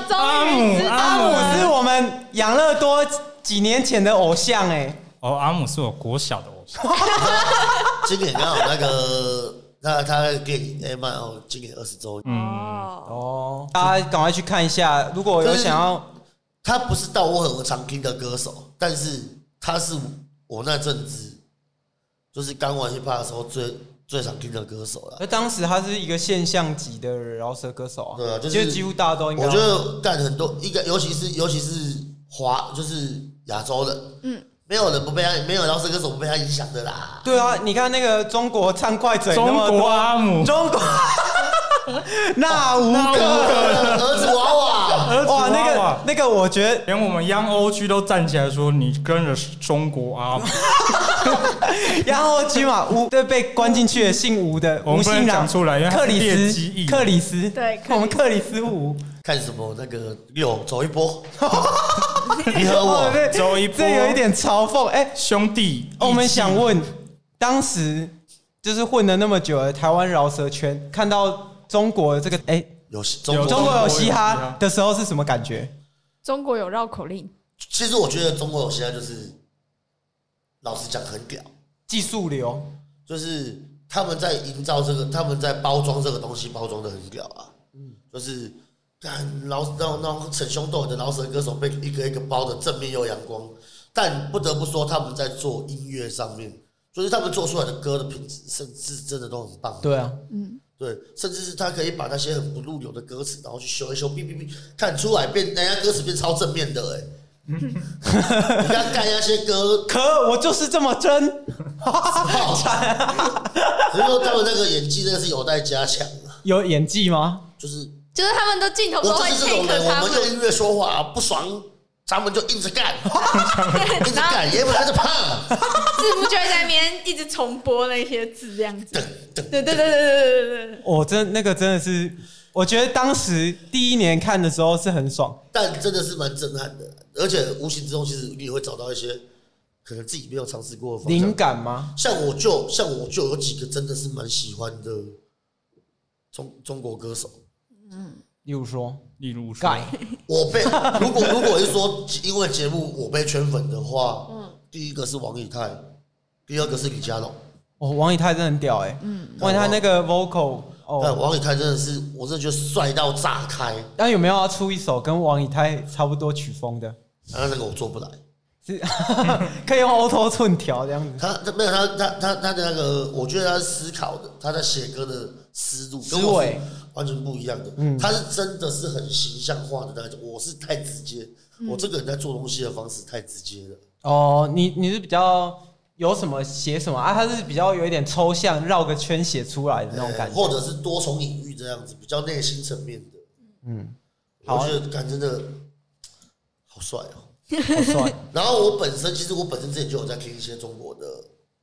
S6: 姆
S4: 阿姆是我们养乐多几年前的偶像哎、
S5: 哦，阿姆是我国小的偶像，
S1: 今年刚好那个，那他那个电影《A 曼》哦，今年二十周年，
S4: 嗯
S6: 哦，
S4: 哦，大家赶快去看一下。如果有想要
S1: 他不是到我很常听的歌手，但是他是我那阵子就是刚玩 hiphop 的时候最最常听的歌手了。
S4: 而呃当时他是一个现象级的饶舌歌手啊，
S1: 对啊就是
S4: 几乎大家都应该。
S1: 我觉得干很多，应该尤其是尤其是华，就是亚洲人，嗯，没有人不被他，没有饶舌歌手不被他影响的啦。
S4: 对啊，你看那个中国唱快嘴那
S5: 中
S4: 么
S5: 国
S4: 多，
S5: 阿姆，
S4: 中 国那无可
S1: 儿子娃娃，
S5: 儿子
S4: 哇，那
S5: 娃
S4: 个
S5: 娃
S4: 那个，我觉得
S5: 连我们央欧区都站起来说你跟着中国啊 阿姆，
S4: 然后起码吴对被关进去的姓吴的
S5: 我们
S4: 吴
S5: 不能
S4: 姓郎
S5: 讲出来因为他
S4: 克里
S5: 劣
S4: 斯
S5: 迹艺人
S4: 克里斯
S6: 对克里斯
S4: 我们克里斯吴
S1: 看什么那个六走一波，你和
S4: 哦
S1: 我，
S4: 对
S5: 周一波
S4: 这有一点嘲讽哎。
S5: 兄弟，
S4: 我们想
S5: 义气
S4: 问，当时就是混了那么久的台湾饶舌圈，看到中国这个哎、
S1: 有中国
S5: 有
S4: 中国有
S5: 有
S4: 嘻
S5: 嘻
S4: 哈
S5: 哈
S4: 的时候是什么感觉？
S6: 中国有绕口令，
S1: 其实我觉得中国有嘻哈就是，老实讲很屌，
S4: 技术流，
S1: 就是他们在营造这个，他们在包装这个东西，包装的很屌啊。嗯，就是干老那种那种逞凶斗狠的老舌歌手被一个一个包的正面又阳光，但不得不说他们在做音乐上面，就是他们做出来的歌的品质，甚至真的都很棒。
S4: 对啊，
S1: 对，甚至是他可以把那些很不入流的歌词，然后去修一修，哔哔哔，看出来变人家歌词变超正面的 哎、欸。人家干那些歌，
S4: 可我就是这么真，
S1: 靠！所以说他们那个演技真的是有待加强啊，
S4: 有演技吗？
S1: 就是
S6: 就是他们的镜头
S1: 我
S6: 都会
S1: 就是 这种
S6: take
S1: 人，我
S6: 他
S1: 们 用音
S6: 们，
S1: 乐说话啊不爽，咱们就硬着 干，硬着干，爷们还是怕。
S6: 字幕就会在那边一直重播那些字这样子。
S1: 噔噔
S6: 对对对对对对对对，
S4: 我真那个真的是，我觉得当时第一年看的时候是很爽，
S1: 但真的是蛮震撼的，而且无形之中，其实你也会找到一些可能自己没有尝试过的方
S4: 灵
S1: 向。
S4: 感吗？
S1: 像我就像我就有几个真的是蛮喜欢的中中国歌手。
S4: 例如说
S5: 例如说，
S4: 盖，
S1: 我被 如果如果是说因为节目我被圈粉的话，第一个是王以太，第二个是李佳隆。
S4: 哦，王以太真的很屌哎，嗯，王以太那个 vocal
S1: 但
S4: 哦，
S1: 王以太真的是，我真的觉得帅到炸开。啊
S4: 那有没有要出一首跟王以太差不多曲风的？
S1: 然后那个我做不来，
S4: 是 可以用 auto 寸调这样子，
S1: 他他没有他他他他的那个，我觉得他是思考的，他在写歌的思路跟
S4: 思
S1: 我
S4: 维嗯
S1: 是完全不一样的。他是真的是很形象化的那种，我是太直接，我这个人在做东西的方式太直接了。
S4: 哦，你你是比较有什么写什么啊？它是比较有一点抽象，绕个圈写出来的那种
S1: 呃
S4: 感觉。
S1: 或者是多重隐喻这样子，比较内心层面的。
S4: 好
S1: 嗯，
S4: 啊
S1: 我觉得感真的好帅哦。
S4: 好帅，
S1: 然后我本身其实我本身之前就有在听一些中国的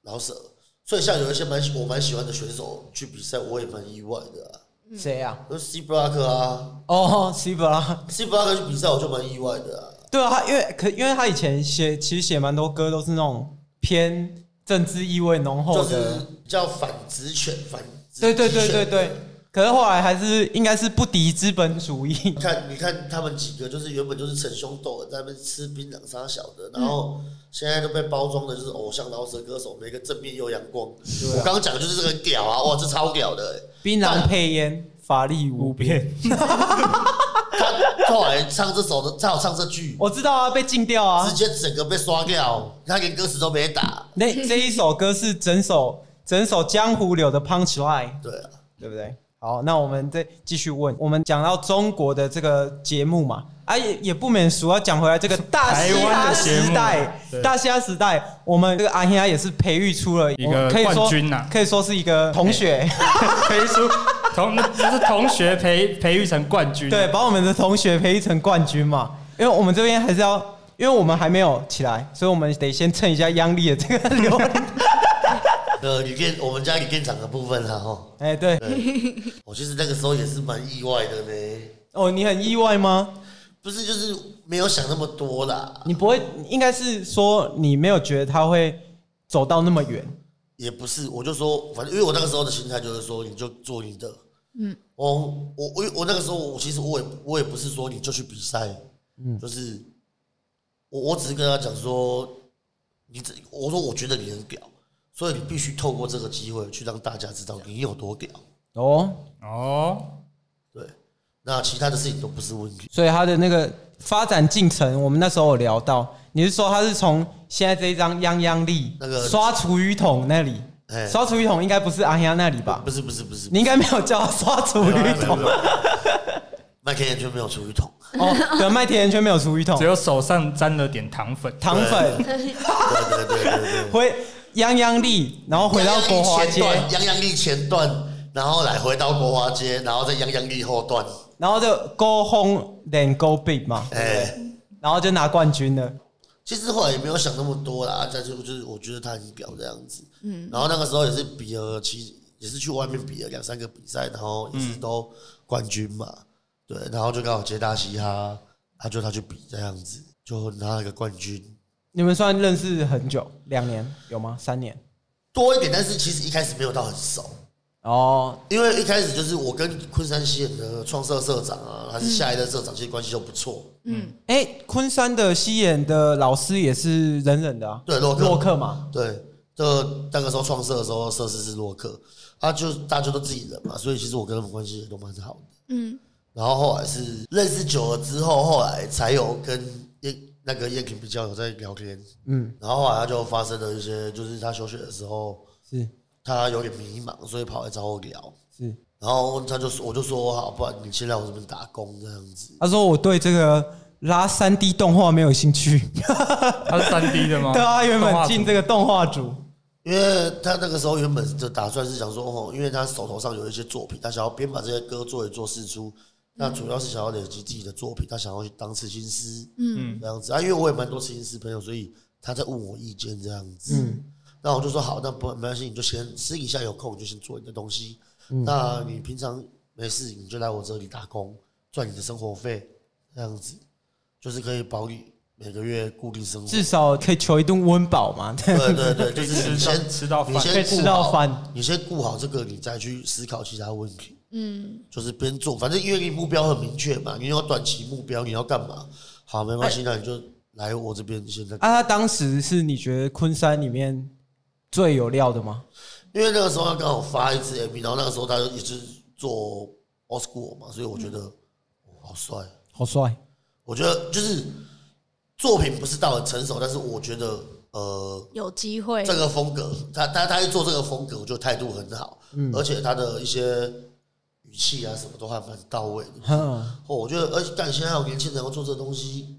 S1: 老舍，所以像有一些蛮喜我蛮喜欢的选手去比赛，我也蛮意外的、啊。
S4: 谁啊？
S1: 那 C Block 啊
S4: 哦 s i b a
S1: ，C Block 去比赛我就蛮意外的、啊。
S4: 对啊，他因为可因为他以前写其实写蛮多歌都是那种偏政治意味浓厚
S1: 就是
S4: 的，
S1: 比较反职权，反职
S4: 哦对对对
S1: 职
S4: 对
S1: 权
S4: 对。可是后来还是应该是不敌资本 主义
S1: 你，看，你看他们几个，就是原本就是逞凶斗狠，在那边吃槟榔杀小的，然后
S4: 嗯
S1: 现在都被包装的就是偶像饶舌歌手，每个正面又阳光。
S4: 啊
S1: 我刚刚讲的就是这个屌啊，哇，这超屌的、欸！
S4: 槟榔配烟，法力无边。
S1: 他欸后来唱这首的，他有唱这句，
S4: 我知道啊，被禁掉啊
S1: 直。接整个被刷掉，他连歌词都没打。
S4: 那这一首歌是整首整首江湖柳的 Punch Line。
S1: 对啊，
S4: 对不对？好，那我们再继续问，我们讲到中国的这个节目嘛，啊也也不免俗，要讲回来这个大嘻
S5: 台湾
S4: 哈
S5: 的节目
S4: 时代，
S5: 对
S4: 大嘻哈时代，我们这个阿黑啊也是培育出了
S5: 一个
S4: 可以说
S5: 冠军啊哎呐
S4: 可以说是一个同学，
S5: 培出同那这是同学培培育成冠 军，
S4: 对，，把我们的同学培育成冠军嘛，因为我们这边还是要，因为我们还没有起来，所以我们得先蹭一下央丽的这个流量，
S1: 呃，李店我们家李店长的部分啊，哈，
S4: 哎，对，
S1: 我其实那个时候也是蛮意外的呢，
S4: 哦，你很意外吗？
S1: 不是就是没有想那么多啦，
S4: 你不会，应该是说你没有觉得他会走到那么远。
S1: 也不是，我就说，反正因为我那个时候的心态就是说，你就做你的，嗯，我我我我那个时候我其实我也我也不是说你就去比赛，嗯，就是我我只是跟他讲说，你这我说我觉得你很屌，所以你必须透过这个机会去让大家知道你有多屌，
S4: 哦，
S5: 哦，
S1: 对，那其他的事情都不是问题。
S4: 所以他的那个发展进程，我们那时候有聊到，你是说他是从现在这一张泱泱力
S1: 那个
S4: 刷厨余桶那里，
S1: 哎
S4: 刷厨余桶应该不是阿香那里吧？
S1: 啊不是不是不是，
S4: 你应该没有叫他刷厨
S1: 没有没
S4: 余
S1: 有没有
S4: 桶
S1: 没有 麦田圈没有厨余桶，
S4: 哦，对，麦田圈没有 厨余桶
S5: 只，有手上沾了点糖粉，
S4: 糖粉
S1: 对对对对对。
S4: 回泱泱力，然后哦回到国华街，
S1: 杨洋力前段，然后来回到国华街，然后再杨洋力后段，
S4: 然后就 go home then go big 嘛，
S1: 哎、
S4: 然后就拿冠军了。
S1: 其实后来也没有想那么多啦，但是就是我觉得他很屌这样子，嗯，然后那个时候也是比了，其实也是去外面比了两三个比赛，然后也是都冠军嘛，对，然后就刚好接大嘻哈，他就他去比这样子，就拿了个冠军。
S4: 你们算认识很久，两年有吗？三年？
S1: 多一点，但是其实一开始没有到很熟，
S4: 哦，
S1: 因为一开始就是我跟昆山西演的创社社长啊，还是下一任社长，其实关系都不错。
S4: 哎、昆山的西演的老师也是忍忍的啊，
S1: 对洛克
S4: 洛克嘛，
S1: 对，就那个时候创社的时候，设施是洛克，他就大家都自己人嘛，所以其实我跟他们关系也都蛮好的。
S6: 嗯，
S1: 然后后来是认识久了之后，后来才有跟燕那个燕婷比较有在聊天。
S4: 嗯，
S1: 然后后来他就发生了一些，就是他休学的时候，
S4: 是
S1: 他有点迷茫，所以跑来找我聊。
S4: 是。
S1: 然后他就说，我就说好，不然你先来我这边打工这样子。
S4: 他说我对这个拉三 D 动画没有兴趣，
S5: 它是三 D 的吗？
S4: 对啊，原
S5: 动
S4: 本
S5: 画
S4: 进
S5: 组
S4: 这个动画组，
S1: 因为他那个时候原本就打算是想说，哦，因为他手头上有一些作品，他想要编把这些歌做一做试出，那主要是想要累积自己的作品，他想要去当刺青师，嗯，这样子啊。因为我也蛮多刺青师朋友，所以他在问我意见这样子。那我就说好，那不没关系，你就先私底下有空你就先做你的东西。那你平常没事你就来我这里打工，赚你的生活费，这样子就是可以保你每个月固定生活。
S4: 至少可以求一顿温饱嘛，
S1: 对对对，
S5: 可
S1: 就
S5: 以
S1: 是
S5: 吃
S1: 你
S5: 到
S1: 先
S5: 吃到
S1: 你
S5: 饭，
S1: 先
S4: 可以
S1: 顾
S4: 吃到
S1: 好
S4: 饭。
S1: 你先顾好这个，你再去思考其他问题。嗯，就是边做，反正因为你目标很明确嘛，你有短期目标，你要干嘛？好，没关系，那你就来我这边现在。
S4: 啊，他当时是你觉得昆山里面最有料的吗？
S1: 因为那个时候他刚好发一支 MV，然后那个时候他也是做 o s c o 嘛，所以我觉得、哦好帅。
S4: 好帅，
S1: 我觉得就是作品不是到很成熟，但是我觉得呃，
S6: 有机会
S1: 这个风格，他他他做这个风格，我觉得态度很好，而且他的一些语气啊什么都还蛮到位的。
S4: 哼，
S1: 哦，我觉得，而且但现在有年轻人要做这东西，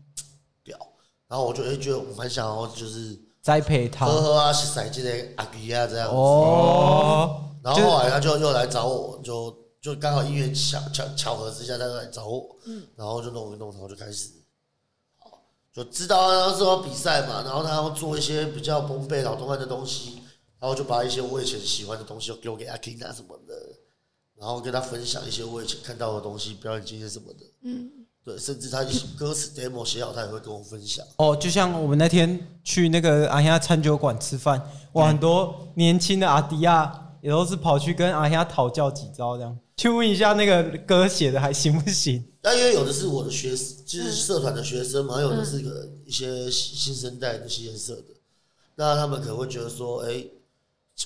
S1: 屌。然后我就会哎觉得我蛮想要就是
S4: 栽培他
S1: 呵呵啊，是塞进的阿迪啊这样子。
S4: 哦，
S1: 然后后来他就又来找我，就就刚好因缘巧巧巧合之下，他就来找我，然后就弄一弄，然后就开始，就知道他是要比赛嘛，然后他要做一些比较烘焙老东汉的东西，然后就把一些我以前喜欢的东西都丢给阿 King 啊什么的，然后跟他分享一些我以前看到的东西、表演经验什么的，嗯，对，甚至他一些歌词 demo 写好，他也会跟我分享。
S4: 哦，就像我们那天去那个阿亚餐酒馆吃饭，哇，很多年轻的阿迪亚也都是跑去跟阿亚讨教几招，这样去问一下那个歌写的还行不行？
S1: 但因为有的是我的学，就是社团的学生嘛，有的是个一些新生代的实验社的，那他们可能会觉得说，哎、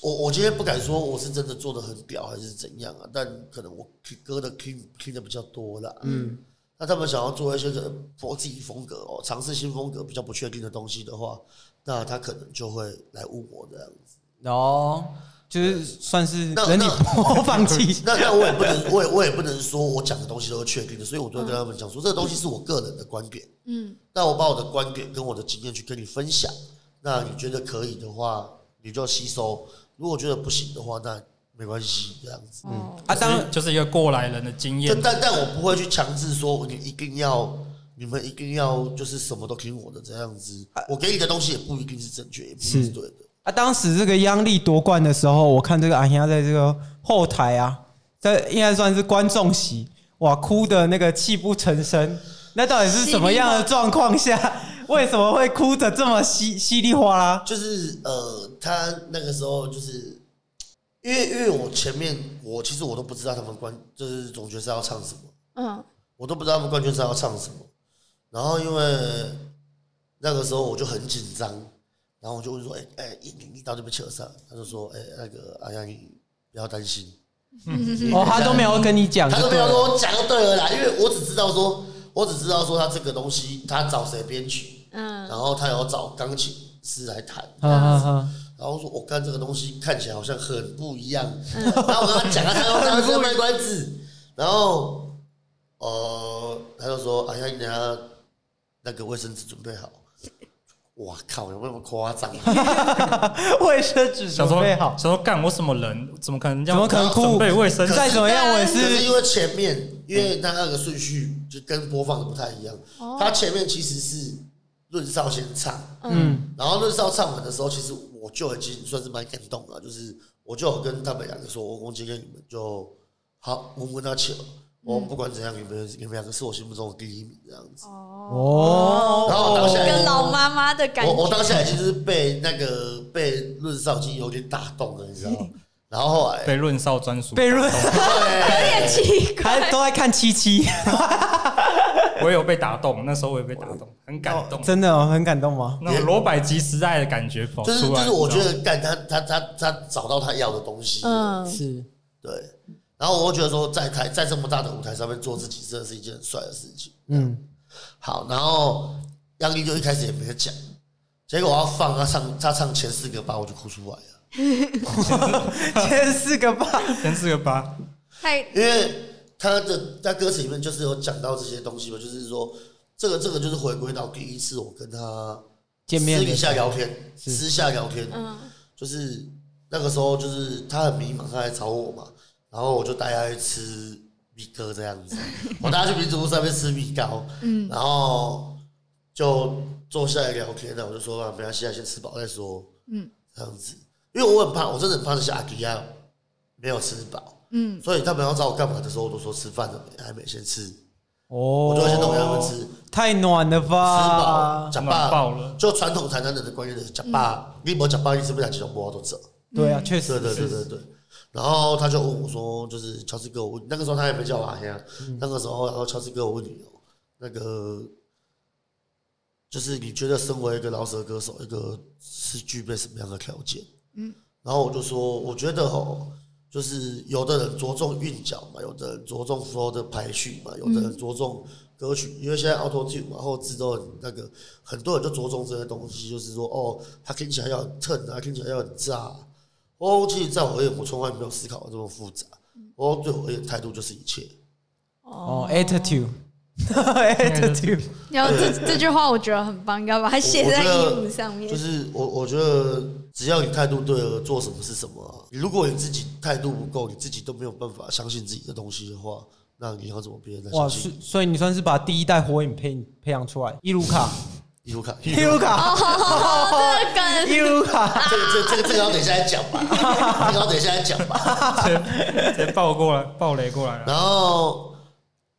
S1: 我我今天不敢说我是真的做的很屌还是怎样啊，但可能我听歌的听听的比较多啦，嗯，那他们想要做一些可能佛自己风格哦，尝试新风格比较不确定的东西的话，那他可能就会来问我这样子。
S4: 哦，就是算是
S1: 那
S4: 人体模 仿器
S1: 那那我也不能，我也我也不能说我讲的东西都是确定的，所以我就会跟他们讲说，这个东西是我个人的观点。
S6: 嗯，
S1: 那我把我的观点跟我的经验去跟你分享，那你觉得可以的话，你就吸收；如果觉得不行的话，那没关系，这样子。
S6: 哦，
S4: 啊，当
S5: 就是就是一个过来人的经
S1: 就
S5: 验。
S1: 但但我不会去强制说你一定要，你们一定要就是什么都听我的这样子。我给你的东西也不一定是正确，也不一定
S4: 是
S1: 是对的。
S4: 啊，当时这个央丽夺冠的时候，我看这个阿香在这个后台啊，在应该算是观众席，哇，哭的那个泣不成声。那到底是什么样的状况下，为什么会哭的这么稀稀里哗啦？
S1: 就是呃，他那个时候就是因为因为我前面我其实我都不知道他们冠就是总决赛要唱什么。
S6: 嗯，
S1: 我都不知道他们冠军赛要唱什么。然后因为那个时候我就很紧张，然后我就问说：“哎、哎、你你你到底被扯上？”他就说：“哎、那个阿阳，你不要担心。
S4: 哦，他都没有跟你”讲，
S1: 他都没
S4: 就
S1: 有
S4: 对
S1: 跟
S4: 了
S1: 我讲就对了啦，因为我只知道说，我只知道说他这个东西他找谁编曲，
S6: 嗯
S1: 然后他有找钢琴师来弹，
S4: 哈哈哈，
S1: 然后说我看这个东西看起来好像很不一样，然后我跟他讲啊，他说他是卖关子，然后呃，他就说哎呀，你等下那个卫生纸准备好。哇靠，有没有那么夸张？ 啊
S4: 卫生纸
S5: 想
S4: 准
S5: 说
S4: 备好
S5: 想，说干我什么人？怎么可能这样？
S4: 怎么可能哭
S5: 准备卫生纸？
S4: 再怎么样我也
S1: 可是
S4: 啊是
S1: 因为前面，因为他那个顺序就跟播放的不太一样，
S6: 哦
S1: 他前面其实是润少先唱，
S4: 嗯，
S1: 然后那时候唱完的时候，其实我就已经算是蛮感动了，就是我就有跟他们两个说，我我今天你们就好，我们跟他球，我
S6: 嗯
S1: 不管怎样，你们你们两个是我心目中的第一名这样子。
S4: 哦，
S1: 然后我当下
S6: 跟老妈妈的感觉，
S1: 我我当下已经是被那个被论少已经有点打动了，你知道 吗？然后后来
S5: 被论少专属，
S4: 被润
S1: 对，
S6: 有点哎奇
S4: 还
S6: 怪，
S4: 都在看七七，
S5: 我有被打动，那时候我也被打动，很感动，
S4: 真的哦很感动吗？
S5: 那种罗百吉时代的感觉跑出
S1: 就
S5: 来。
S1: 是就是我觉
S5: 你知道吗
S1: 得干他他他他找到他要的东西，
S6: 嗯，
S4: 是，
S1: 对。然后我就觉得说，在台在这么大的舞台上面做自己，真的是一件很帅的事情。
S4: 嗯，
S1: 好，然后杨丽就一开始也没有讲，结果我要放他唱，他唱前四个八，我就哭出来了，
S4: 前四个吧，
S5: 前四个八，
S6: 太
S1: 因为他的在歌词里面就是有讲到这些东西嘛，就是说这个这个就是回归到第一次我跟他
S4: 见面
S1: 私
S4: 的
S1: 底
S4: 时
S1: 下
S4: 候
S1: 聊天，私下聊天，就是那个时候就是他很迷茫，他来找我嘛，然后我就带他去吃米糕这样子，我带他去民族路上面吃米糕，然后就坐下来聊天了，我就说啊，没关系啊，先吃饱再说，嗯，这样子，因为我很怕，我真的很怕那些阿啊迪亚没有吃饱，嗯，所以他们要找我干嘛的时候，我都说吃饭了没，还没先吃，
S4: 哦
S1: 我就会先弄给他们吃，吃
S4: 太暖了
S1: 饱
S4: 吧？
S1: 假
S5: 暖
S1: 霸。
S5: 爆了，
S1: 就传统台南人的观念就是假霸，你没假霸，你吃不了几种波都走。
S4: 对啊，确
S1: 对
S4: 实
S1: 对对对
S4: 是。
S1: 对。然后他就问我说，就是乔治哥，我那个时候他也没叫我阿黑啊，
S4: 嗯
S1: 那个时候然后乔治哥，我问你哦，那个就是你觉得身为一个饶舌歌手，一个是具备什么样的条件？嗯，然后我就说，我觉得哦，就是有的人着重韵脚嘛，有的人着重 flow 的排序
S4: 嗯
S1: 嘛，有的人着重歌曲，因为现在 auto tune 嘛，后置都很那个，很多人就着重这些东西，就是说哦，他听起来要很蹭啊，听起来要很炸、哦，其实在我而言，我从来没有思考过这么复杂。
S6: 嗯
S1: 哦，对我而言，态度就是一切。
S4: 哦，attitude，attitude，
S6: 然后这这句话我觉得很棒，你要把它写在衣服上面
S1: 就。是我，我觉得只要你态度对了，做什么是什么啊、如果你自己态度不够，你自己都没有办法相信自己的东西的话，那你要怎么别人来
S4: 哇，
S1: 相
S4: 所
S1: 信？
S4: 以所以你算是把第一代火影培培养出来，伊鲁 卡，
S1: 伊鲁卡，
S4: 伊鲁 卡，
S6: 哦，这个梗
S4: 伊鲁卡，
S1: 这个这个这个这个要等一下再讲 吧，这个要等一下再讲吧。
S5: 直接爆过来，爆雷过来啊了。
S1: 然后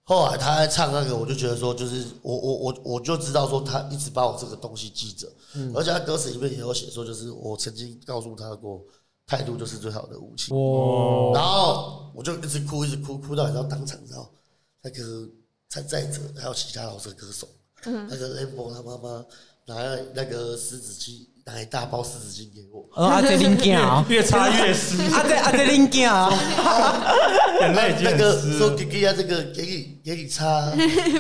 S1: 后来他在唱那个，我就觉得说，就是我我我我就知道说，他一直把我这个东西记着，
S5: 嗯
S1: 而且他歌词里面也有写说，就是我曾经告诉他过，态度就是最好的武器。
S4: 哇，
S1: 然后我就一直哭，一直哭，哭到你知道当场，你知道那个参赛者还有其他老师歌手，那个 Lambo 他妈妈拿那个湿纸巾，拿一大包湿纸巾给我，
S4: 呃阿这林健 啊，
S5: 越擦越湿，
S4: 阿这阿这林健啊，
S5: 眼泪已经
S1: 那
S5: 很
S1: 个
S5: 湿
S1: 说
S5: 了。
S1: 给给他这个给你给你擦。啊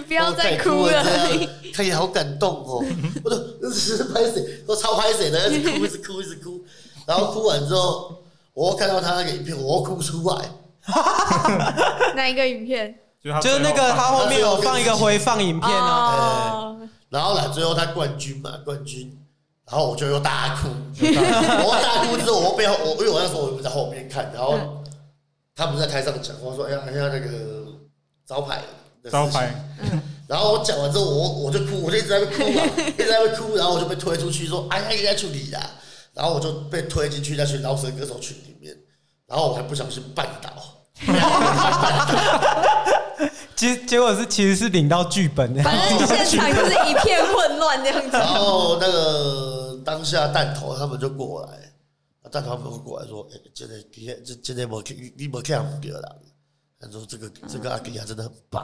S6: 不要哦再哭了。
S1: 这 样，他也好感动 哦。我都是拍谁，都超拍谁的，一直哭，一直哭，一直哭。然后哭完之后，我又看到他那个影片，我又哭出来。
S6: 哪一个影片？
S5: 就
S4: 就是那个他后面有放一个回放影片啊，
S6: 哦，
S1: 然后来最后他冠军嘛，冠军。然后我就又大 哭，又大哭我大哭之后，我背后我因为我那时候我们在后面看，然后他们在台上讲话说：“哎呀，哎呀，那个招牌的事情
S5: 招牌，
S1: 然后我讲完之后，我我就哭，我就一直在那边哭、啊，一直在那边哭，然后我就被推出去说：“哎呀，应该去理啦。”然后我就被推进去那群饶舌歌手群里面，然后我还不小心绊倒，
S4: 结结果是其实是领到剧本的，
S6: 反正现场就是一片混乱这样子。
S1: 然后那个当下弹头他们就过来，弹头他们就过来说：“哎、今天今天今天我你你没看不对啦。”他说：“这个这个阿吉亚真的很棒。”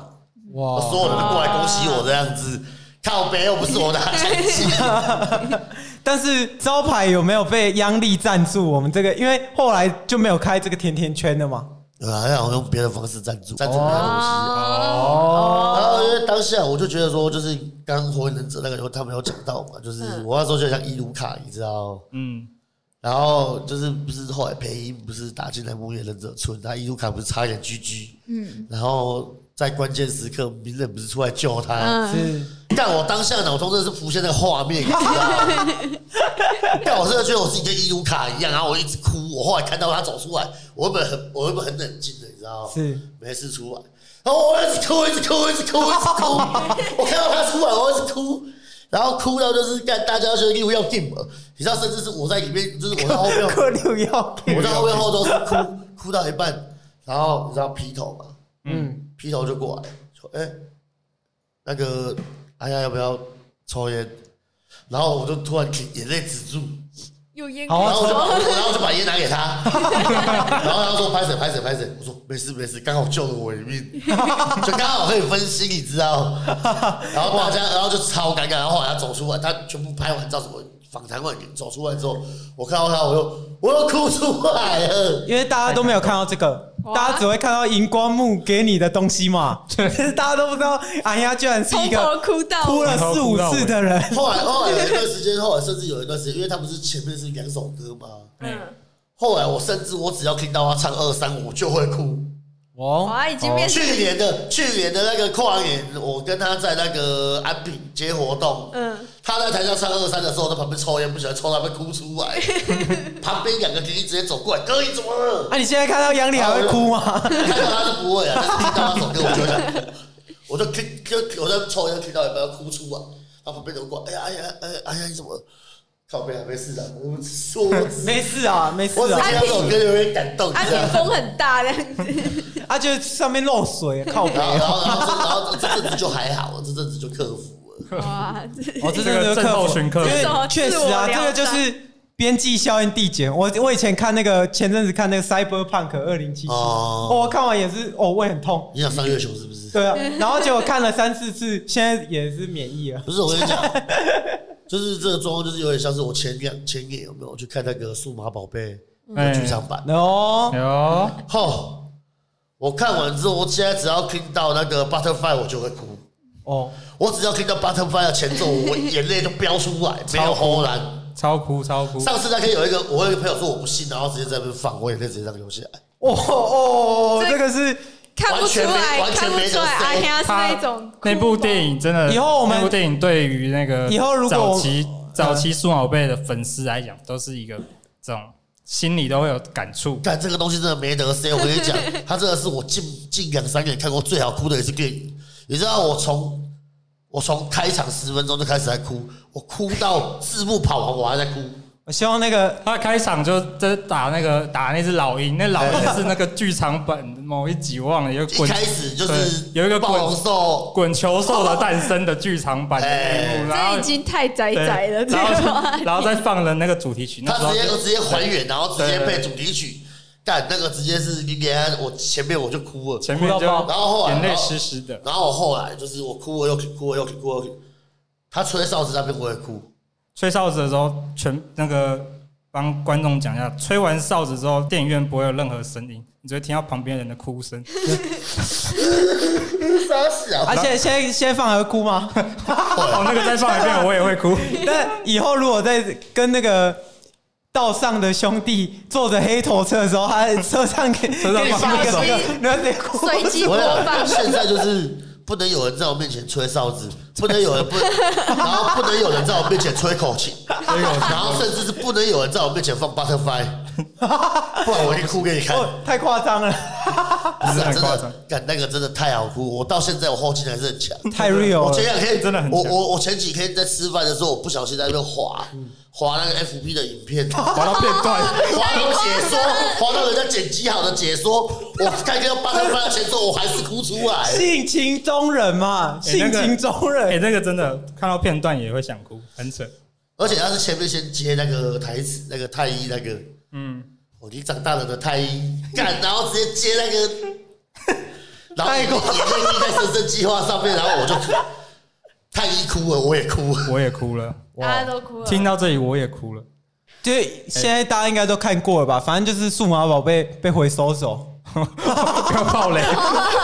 S4: 哇
S1: 所有人都过来恭喜我这样子，靠北又不是我拿奖金。
S4: 但是招牌有没有被央力赞助？我们这个因为后来就没有开这个甜甜圈了嘛。
S1: 啊，要用别的方式赞助，赞助别的东西。然后因为当下我就觉得说，就是刚刚火影忍者那个时候他们有讲到嘛，就是我那时候就像伊鲁卡，你知道？
S5: 嗯，
S1: 然后就是不是后来配音不是打进来木叶忍者村，他伊鲁卡不是差点 GG，嗯，然后在关键时刻鸣人不是出来救他，
S4: 是
S6: 嗯
S1: 但我当下脑中真的是浮现那个画面，你知道吗？但我真的觉得我自己跟伊鲁卡一样，然后我一直哭，我后来看到他走出来，我原本很我原本很冷静的，你知道吗？
S4: 是，
S1: 没事出来，然后我一直哭，一直哭，一直哭，一直哭。我看到他出来，我一直哭，然后哭到就是干大家就是又要进门，你知道，甚至是我在里面，就是我在后面，
S4: 克六要给
S1: 我在后面后头是哭，哭到一半，然后你知道劈头嘛，
S4: 嗯，
S1: 劈头就过来说：“哎、那个哎呀，要不要抽烟？”然后我就突然眼泪止住，
S6: 有烟
S4: 好
S1: 然
S4: 啊
S1: 后我就
S6: 哦，
S1: 然后我就把烟拿给他， 然后他说拍谁拍谁拍谁，我说没事没事，刚好救了我一命， 就刚好可以分析，你知道？然后大家然后就超尴尬，然后后来他走出来，他全部拍完照什么访谈完走出来之后，我看到他我又我又哭出来了，
S4: 因为大家都没有看到这个，
S6: 哇
S4: 大家只会看到荧光幕给你的东西 嘛。但是大家都不知道，哎呀，居然是一
S6: 从头
S4: 个
S6: 哭到
S4: 哭
S6: 尾
S4: 了四五次的人。
S1: 后来后来有一段时间，后来甚至有一段时间，因为他不是前面是两首歌吗？
S6: 嗯，
S1: 后来我甚至我只要听到他唱二三，我就会哭。
S4: 哦，
S6: 哇，已经变成
S1: 去年的去年的那个跨年，我跟他在那个安平街活动，
S6: 嗯，
S1: 他在台上唱二三的时候，在旁边抽烟，不喜欢抽，他会哭出 来。旁边两个弟弟直接走过来，哥你怎么了？
S4: 那啊你现在看到杨丽还会哭 吗？
S1: 看到他是不会啊，但是听到那首歌，我就想，我就听，就我在抽烟，听到有没有哭出来？他旁边人过来，哎呀哎呀哎呀哎呀，你怎么了？靠北还没市长，我说我只
S4: 没事啊，没事
S1: 我只
S4: 啊，
S1: 听到这首歌有点感动，你
S6: 安
S1: 知道
S6: 平
S1: 吗
S6: 啊风很大这样子，
S4: 啊，就上面漏水， 靠北
S1: 然后然后然后然后这阵子就还好，这阵子就克服了。
S6: 哇，
S4: 我哦这真的
S5: 这个症候群克服
S4: 因为确实啊，
S6: 自
S4: 这
S6: 我疗
S4: 个
S6: 伤
S4: 就是边际效应递减。我我以前看那个前阵子看那个《Cyberpunk 二零七七》，
S1: 哦
S4: 我看完也是哦，胃很痛。
S1: 你想上月球是不是？
S4: 对啊，然后结果看了三四次，现在也是免疫了。
S1: 不是，我跟你讲，就是这个状况，就是有点像是我前两前年有没有去看那个《数码宝贝》的剧场版？
S5: 哎
S4: 哦，
S5: 有
S1: 吼！我看完之后，我现在只要听到那个 Butterfly，我就会哭。
S4: 哦，
S1: 我只要听到 Butterfly 的前奏，我眼泪就飙出来，没有喉然。
S5: 超哭超哭，
S1: 上次那天有一个，我有一个朋友说我不信，然后直接在那边放，我眼泪直接这样流下来。
S4: 哦哦，这个是
S6: 看不出来，
S1: 完全
S6: 看
S1: 没
S6: 不出来，阿
S1: 完全没得说
S6: 天是那种
S5: 那部电影真的，
S4: 以后我们
S5: 那部电影对于那个
S4: 以后如果
S5: 早期早
S4: 呃
S5: 期数码宝贝的粉丝来讲，都是一个这种心里都会有感触。
S1: 但这个东西真的没得 say，我跟你讲，它真的是我近近两三年看过最好哭的一次电影。你知道我从我从开场十分钟就开始在哭，我哭到字幕跑完我还在哭。
S4: 我希望那个
S5: 他开场就在打那个打那只老鹰，那老鹰是那个剧场版某一集忘了，有
S1: 一
S5: 滚
S1: 开始就
S5: 对
S1: 是
S5: 有一个
S1: 暴
S5: 滚
S1: 龙兽，
S5: 滚球兽的诞生的剧场版的
S4: 哎
S5: 那一幕，然
S6: 这
S5: 后
S6: 已经太窄
S5: 对
S6: 窄了，这
S5: 然后
S6: 个
S5: 然后再放了那个主题曲，那时
S1: 他
S5: 候
S1: 直接
S5: 就
S1: 直接还原，然后直接
S5: 对对
S1: 配主题曲，干那个直接是你给他我前面我就哭了，
S5: 前面就
S1: 然后后来
S5: 眼泪
S1: 然后
S5: 湿湿的，
S1: 然后我后来就是我哭我又哭我又哭我又哭，他吹哨子那边我也哭，
S5: 吹哨子的时候，全那个帮观众讲一下，吹完哨子之后，电影院不会有任何声音，你只会听到旁边人的哭声。
S1: 傻小
S4: 啊，现在现在现在放还会哭吗？
S5: 哦，那个再放一遍我也会哭。哎
S4: 那以后如果在跟那个道上的兄弟坐着黑头车的时候，他在车上给
S5: 上
S4: 给你放一个
S6: 放
S4: 那
S6: 一个
S4: 个，你会直接哭。
S6: 随机播
S1: 我想
S6: 放，
S1: 现在就是不能有人在我面前吹哨子，不能有人不，然后不能有人在我面前吹口琴，然后甚至是不能有人在我面前放 butterfly，不然我一定哭给你看。
S4: 哦，太夸张了，
S1: 不是啊
S5: 真的很
S1: 真
S5: 夸张
S1: 的，干那个真的太好哭，我到现在我后劲还是很强。
S4: 太 real
S1: 我前
S4: 了。
S1: 两天
S5: 真的很
S1: 我
S5: 强
S1: 我我前几天在吃饭的时候，我不小心在那边滑滑那个 FB 的影片，
S5: 滑到片段，
S1: 滑到解说，滑到人家剪辑好的解说，我看见 butterfly 的前奏，我还是哭出来。
S4: 性情中人嘛，
S5: 哎那
S4: 性
S5: 个
S4: 情中
S5: 哎，
S4: 人。
S5: 那个真的看到片段也会想哭，很扯。
S1: 而且他是前面先接那个台词，那个太医那个，
S5: 嗯，
S1: 哦，你长大了的太医，干，然后直接接那个，然后
S4: 太
S1: 眼泪
S4: 过
S1: 滴在神圣计划上面，然后我就哭，太医哭了，我也哭了，
S5: 我也哭了，
S6: 大家都哭了。
S5: 听到这里我也哭了。
S4: 就是现在大家应该都看过了吧？反正就是数码宝贝被回收走，
S5: 不要 爆雷，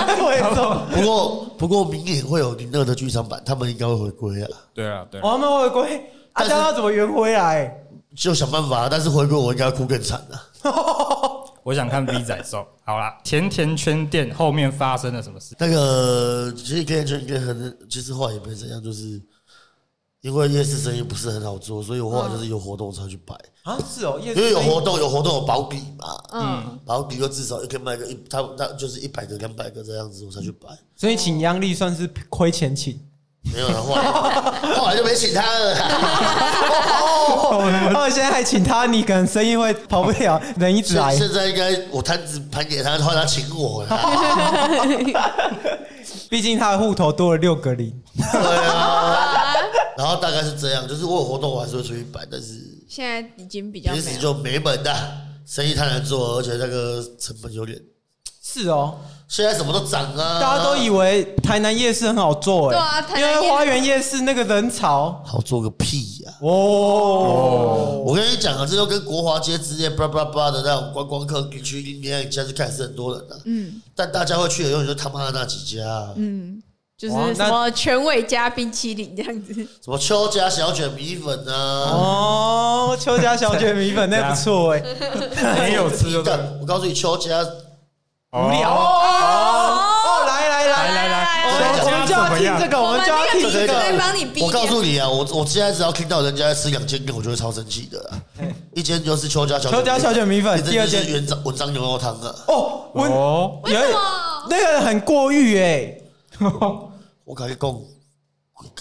S4: 被回收。
S1: 不过不过明年会有零二的剧场版，他们应该会回归啊，
S5: 对啊，对啊，
S4: 我们回归，啊，
S1: 但是
S4: 这样要怎么圆回来？
S1: 就想办法，但是回归我应该哭更惨啊。
S4: 哦
S5: 我想看 V 仔兽。好啦，甜甜圈店后面发生了什么事？
S1: 那个其实跟跟跟很，其实后来也没怎样，就是因为夜市生意不是很好做，所以我后来就是有活动才去摆，
S4: 啊，是哦，因
S1: 因为有活动有活动有保底嘛，
S6: 嗯，
S1: 然后比如至少一天卖个一，他他就是一百个、两百个这样子，我才去摆。
S4: 所以请央丽算是亏钱请。
S1: 没有了，后 来后来就没请他了啦。
S4: 哦， 哦，现在还请他，你可能生意会跑不 了，人一直来
S1: 现。现在应该我摊子盘给他，后来他请我 了。
S4: 毕竟他的户头多了六个零。
S1: 对啊，然后大概是这样，就是我有活动我还是会出去摆，但是
S6: 现在已经比较
S1: 平
S6: 没
S1: 时
S6: 有。
S1: 就没门的，生意太难做，而且那个成本有点。
S4: 是哦，
S1: 现在什么都涨啊，
S4: 大家都以为台南夜市很好做哎，
S6: 对啊台南夜市
S4: 因为花园夜市那个人潮。
S1: 好做个屁啊呀、
S4: 哦，
S1: 我跟你讲啊，这就跟国华街之夜叭叭叭的那种观光客地区，今天现在是开始很多人了、嗯，但大家会去的永远就他妈的那几家、嗯，
S6: 就是什么全伟加冰淇淋这样子，
S1: 什么邱家小卷米粉啊，
S4: 哦，邱家小卷米粉那不 错哎，
S5: 没有吃就对了。
S1: 干我告诉你，邱家
S4: 无聊哦。哦，来来
S5: 来
S4: 来，
S5: 来
S4: 我
S5: 来，
S4: 们
S5: 邱
S4: 我
S5: 家
S4: 们就
S5: 哎怎
S4: 要听
S5: 么
S4: 这
S5: 样？
S4: 个，我们就要听
S6: 我们
S4: 这
S6: 那个
S4: 个。
S6: 在帮你逼
S1: 我告诉你啊，我我现在只要听到人家在吃两间面，我就会超生气的 啊、一间就是邱家小
S4: 邱家小卷米粉
S1: 一间
S4: 第二
S1: 就是
S4: 间
S1: 原章文章牛肉汤啊。
S4: 哦，温
S5: 哦，
S4: 有那个很过誉哎，
S1: 我跟你讲，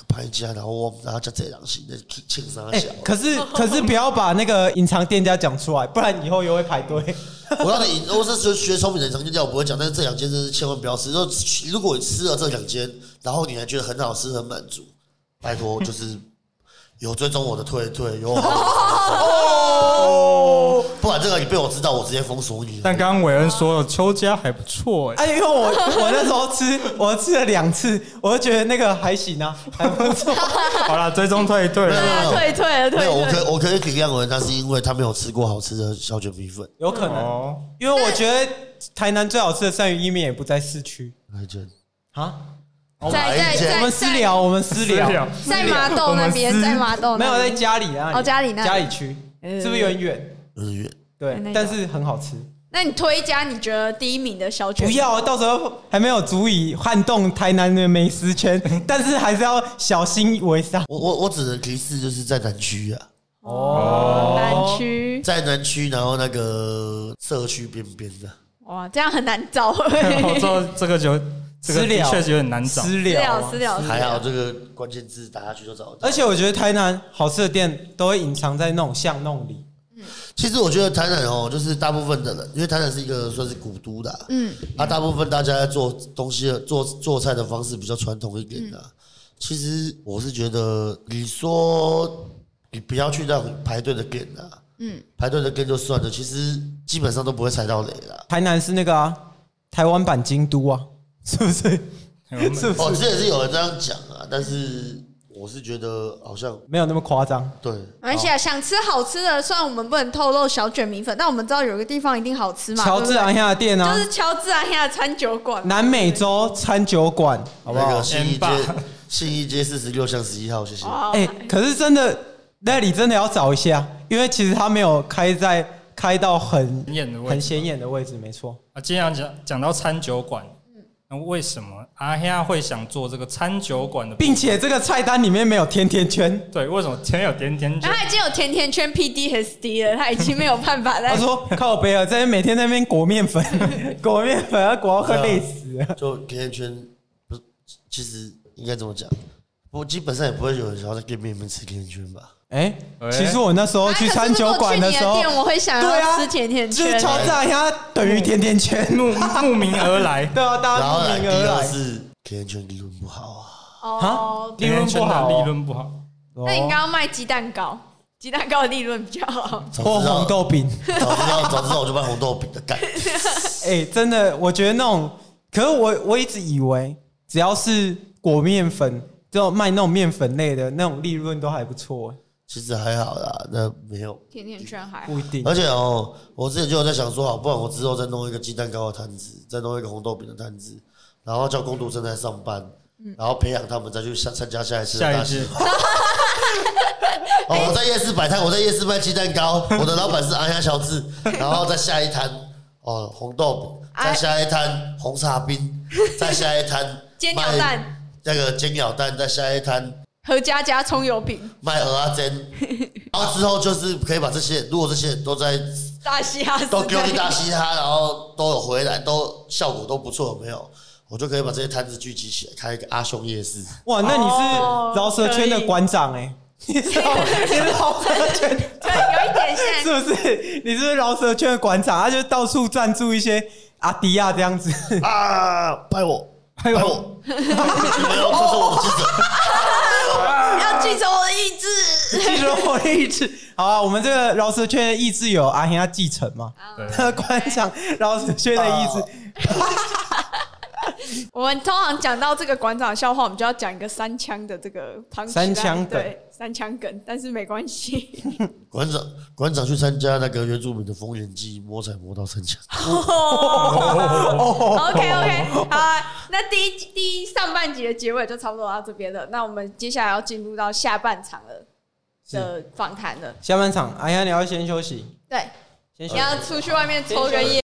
S1: 拍家，然后我然后叫这两型的庆啥
S4: 哎、
S1: 小，
S4: 可是可是不要把那个隐藏店家讲出来，不然以后又会排队。
S1: 我让你，我是学学聪明的人，常见料我不会讲，但是这两间真是千万不要吃。就如果你吃了这两间，然后你还觉得很好吃、很满足，拜托，就是有追踪我的退退，有哦，不然这个你被我知道，我直接封锁你。
S5: 但刚刚韦恩说了，邱家还不错哎、
S4: 哎，因为我我那时候吃， 我吃了两次，我就觉得那个还行啊，还不 错。
S5: 好啦，追踪退一退
S1: 没有
S5: 了。
S1: 没有
S6: 退退了退
S1: 没有，我
S6: 退。
S1: 可我可以体谅文，但是因为他没有吃过好吃的小卷米粉，
S4: 有可能，
S5: 哦，
S4: 因为我觉得台南最好吃的鳝鱼意面也不在市区
S1: 那间
S4: 啊。
S6: 在在
S4: 我
S6: 在
S4: 们私聊，我们私聊，
S6: 在麻豆那边，在麻豆那边
S4: 没有在家里啊。
S6: 哦家里那里
S4: 家里区
S6: 嗯
S4: 是不是有点远？
S1: 有点远。
S4: 对
S6: 那，
S4: 但是很好吃。
S6: 那你推一家你觉得第一名的小卷？
S4: 不要，到时候还没有足以撼动台南的美食 圈，但是还是要小心为上。
S1: 我我我只能提示，就是在南区啊，
S6: 南区
S1: 在南区，然后那个社区边边的，
S6: 哇，这样很难找。
S5: 我做这个就这个
S4: 私
S5: 的
S4: 聊
S5: 确是有点难找。
S4: 私
S6: 私
S4: 聊啊
S6: 聊私聊，私
S1: 还
S6: 聊
S1: 好这个关键字打下去就找得到
S4: 而。且我觉得台南好吃的店都会隐藏在那种巷弄里。
S1: 其实我觉得台南哦，就是大部分的人，因为台南是一个算是古都的、嗯，啊，大部分大家在做东西的做做菜的方式比较传统一点的、啊其实我是觉得，你说你不要去那种排队的店啊，嗯，排队的店就算了，其实基本上都不会踩到雷啦。
S4: 台南是那个啊，台湾版京都啊， 是不是？是
S1: 哦，
S4: 不
S1: 之
S4: 是？
S1: 前是有人这样讲啊，但是我是觉得好像
S4: 没有那么夸张。
S1: 对，
S6: 没关系啊，想吃好吃的，虽然我们不能透露小卷米粉，但我们知道有一个地方一定好吃嘛，
S4: 乔
S6: 对不
S4: 治
S6: 对
S4: 昂亚店啊
S6: 就，是乔治亚亚餐酒馆，
S4: 南美洲餐酒馆，好不
S1: 那
S4: 好
S1: 个？信义街
S5: M 八
S1: 信义街四十六巷十一号，谢谢。
S6: 哇
S4: 哎、可是真的那里真的要找一下，因为其实它没有开在开到很
S5: 显眼的位置
S4: 很显眼的位置，没错。
S5: 啊，既然讲讲到餐酒馆，那为什么阿黑亚会想做这个餐酒馆的？
S4: 并且这个菜单里面没有甜甜圈。
S5: 对，为什么前有甜甜
S6: 然
S5: 圈
S6: 后？他已经有甜甜圈 PDSD 了，他已经没有办法
S4: 他
S6: 再
S4: 说：“靠北啊，在每天在那边裹面粉， 裹面粉要裹到快累死了。
S1: 就甜甜圈，不是，其实应该怎么讲？不，基本上也不会有人想要在店面里面吃甜甜圈吧？”
S4: 哎，
S5: 哎
S4: 其实我那时候
S6: 哎
S4: 去
S6: 可是
S4: 餐酒馆的时候
S6: 如果去你，店我会想
S4: 对
S6: 要
S4: 啊，
S6: 吃甜甜
S4: 就是
S6: 圈。
S4: 乔治亚他等于甜甜圈，
S5: 慕慕名而嗯来，
S4: 对啊，大
S1: 然
S4: 家
S1: 后来
S4: 慕
S1: 第
S4: 名而
S1: 二
S4: 来。
S1: 是甜甜圈利润不好啊，
S6: 哦，
S4: 利润不
S5: 甜甜
S4: 好
S5: 圈的
S4: 哦
S5: 利润不好。
S6: 那你
S4: 哦
S6: 刚刚卖鸡蛋糕，鸡蛋糕的利润比较 好。
S1: 早
S4: 或
S1: 知道
S4: 红，豆饼，
S1: 早知道早知道我就卖红豆饼的干。
S4: 哎，真的，我觉得那种，可是我我一直以为只要是裹面粉，就卖那种面粉类的那种利润都还不错，欸
S1: 其实还好啦，那没有。
S6: 甜甜圈还好
S4: 不一定。
S1: 而且哦，我之前就有在想说，好，不然我之后再弄一个鸡蛋糕的摊子，再弄一个红豆饼的摊子，然后叫工读生来上班，然后培养他们再去下参加下一次的
S5: 下
S1: 大
S5: 一
S1: 学
S5: 次。
S6: 哎
S1: 哦，我在夜市摆摊，我在夜市卖鸡蛋糕，我的老板是安雅乔治，然后再下一摊哦红豆饼，
S6: 啊
S1: 再下一摊红茶冰，再下一摊
S6: 煎鸟蛋，
S1: 那个煎鸟蛋，再下一摊
S6: 何家家葱油饼、
S1: 卖鹅啊 煎，然后之后就是可以把这些，如果这些都在
S6: 大西哈斯
S1: 都丢进大嘻哈，然后都有回来，都效果都不错，有没有？我就可以把这些摊子聚集起来，开一个阿兄夜市。
S4: 哇，那你
S6: 哦
S4: 是饶舌圈的馆长哎、 你是饶你是饶舌圈
S6: 对，有一点像。
S4: 是不是？你是不是饶舌圈的馆长？他就到处赞助一些阿迪亚这样子，
S1: 啊！拍我，拍我！ 没有，这是我的记者。
S6: 要记住我的意志。
S4: 继承我的意志。好啊，我们这个饶舌圈的意志有阿黑他继承嘛？
S5: 对，
S4: 馆长饶舌圈的意
S1: 哦
S4: 志，
S6: 我们通常讲到这个馆长的笑话，我们就要讲一个三枪的这个旁
S4: 三枪梗
S6: 对，三枪梗，但是没关 系。
S1: 馆长，馆长去参加那个原住民的丰年祭，摸彩摸到三强。
S6: OK OK，好
S4: 哦
S6: 啊、那第一第一上半集的结尾就差不多到这边了。那我们接下来要进入到下半场了的访谈了。
S4: 下半场阿黑你要先休息，
S6: 对，
S4: 先休
S6: 你
S4: 息。
S6: 要出去外面抽根烟。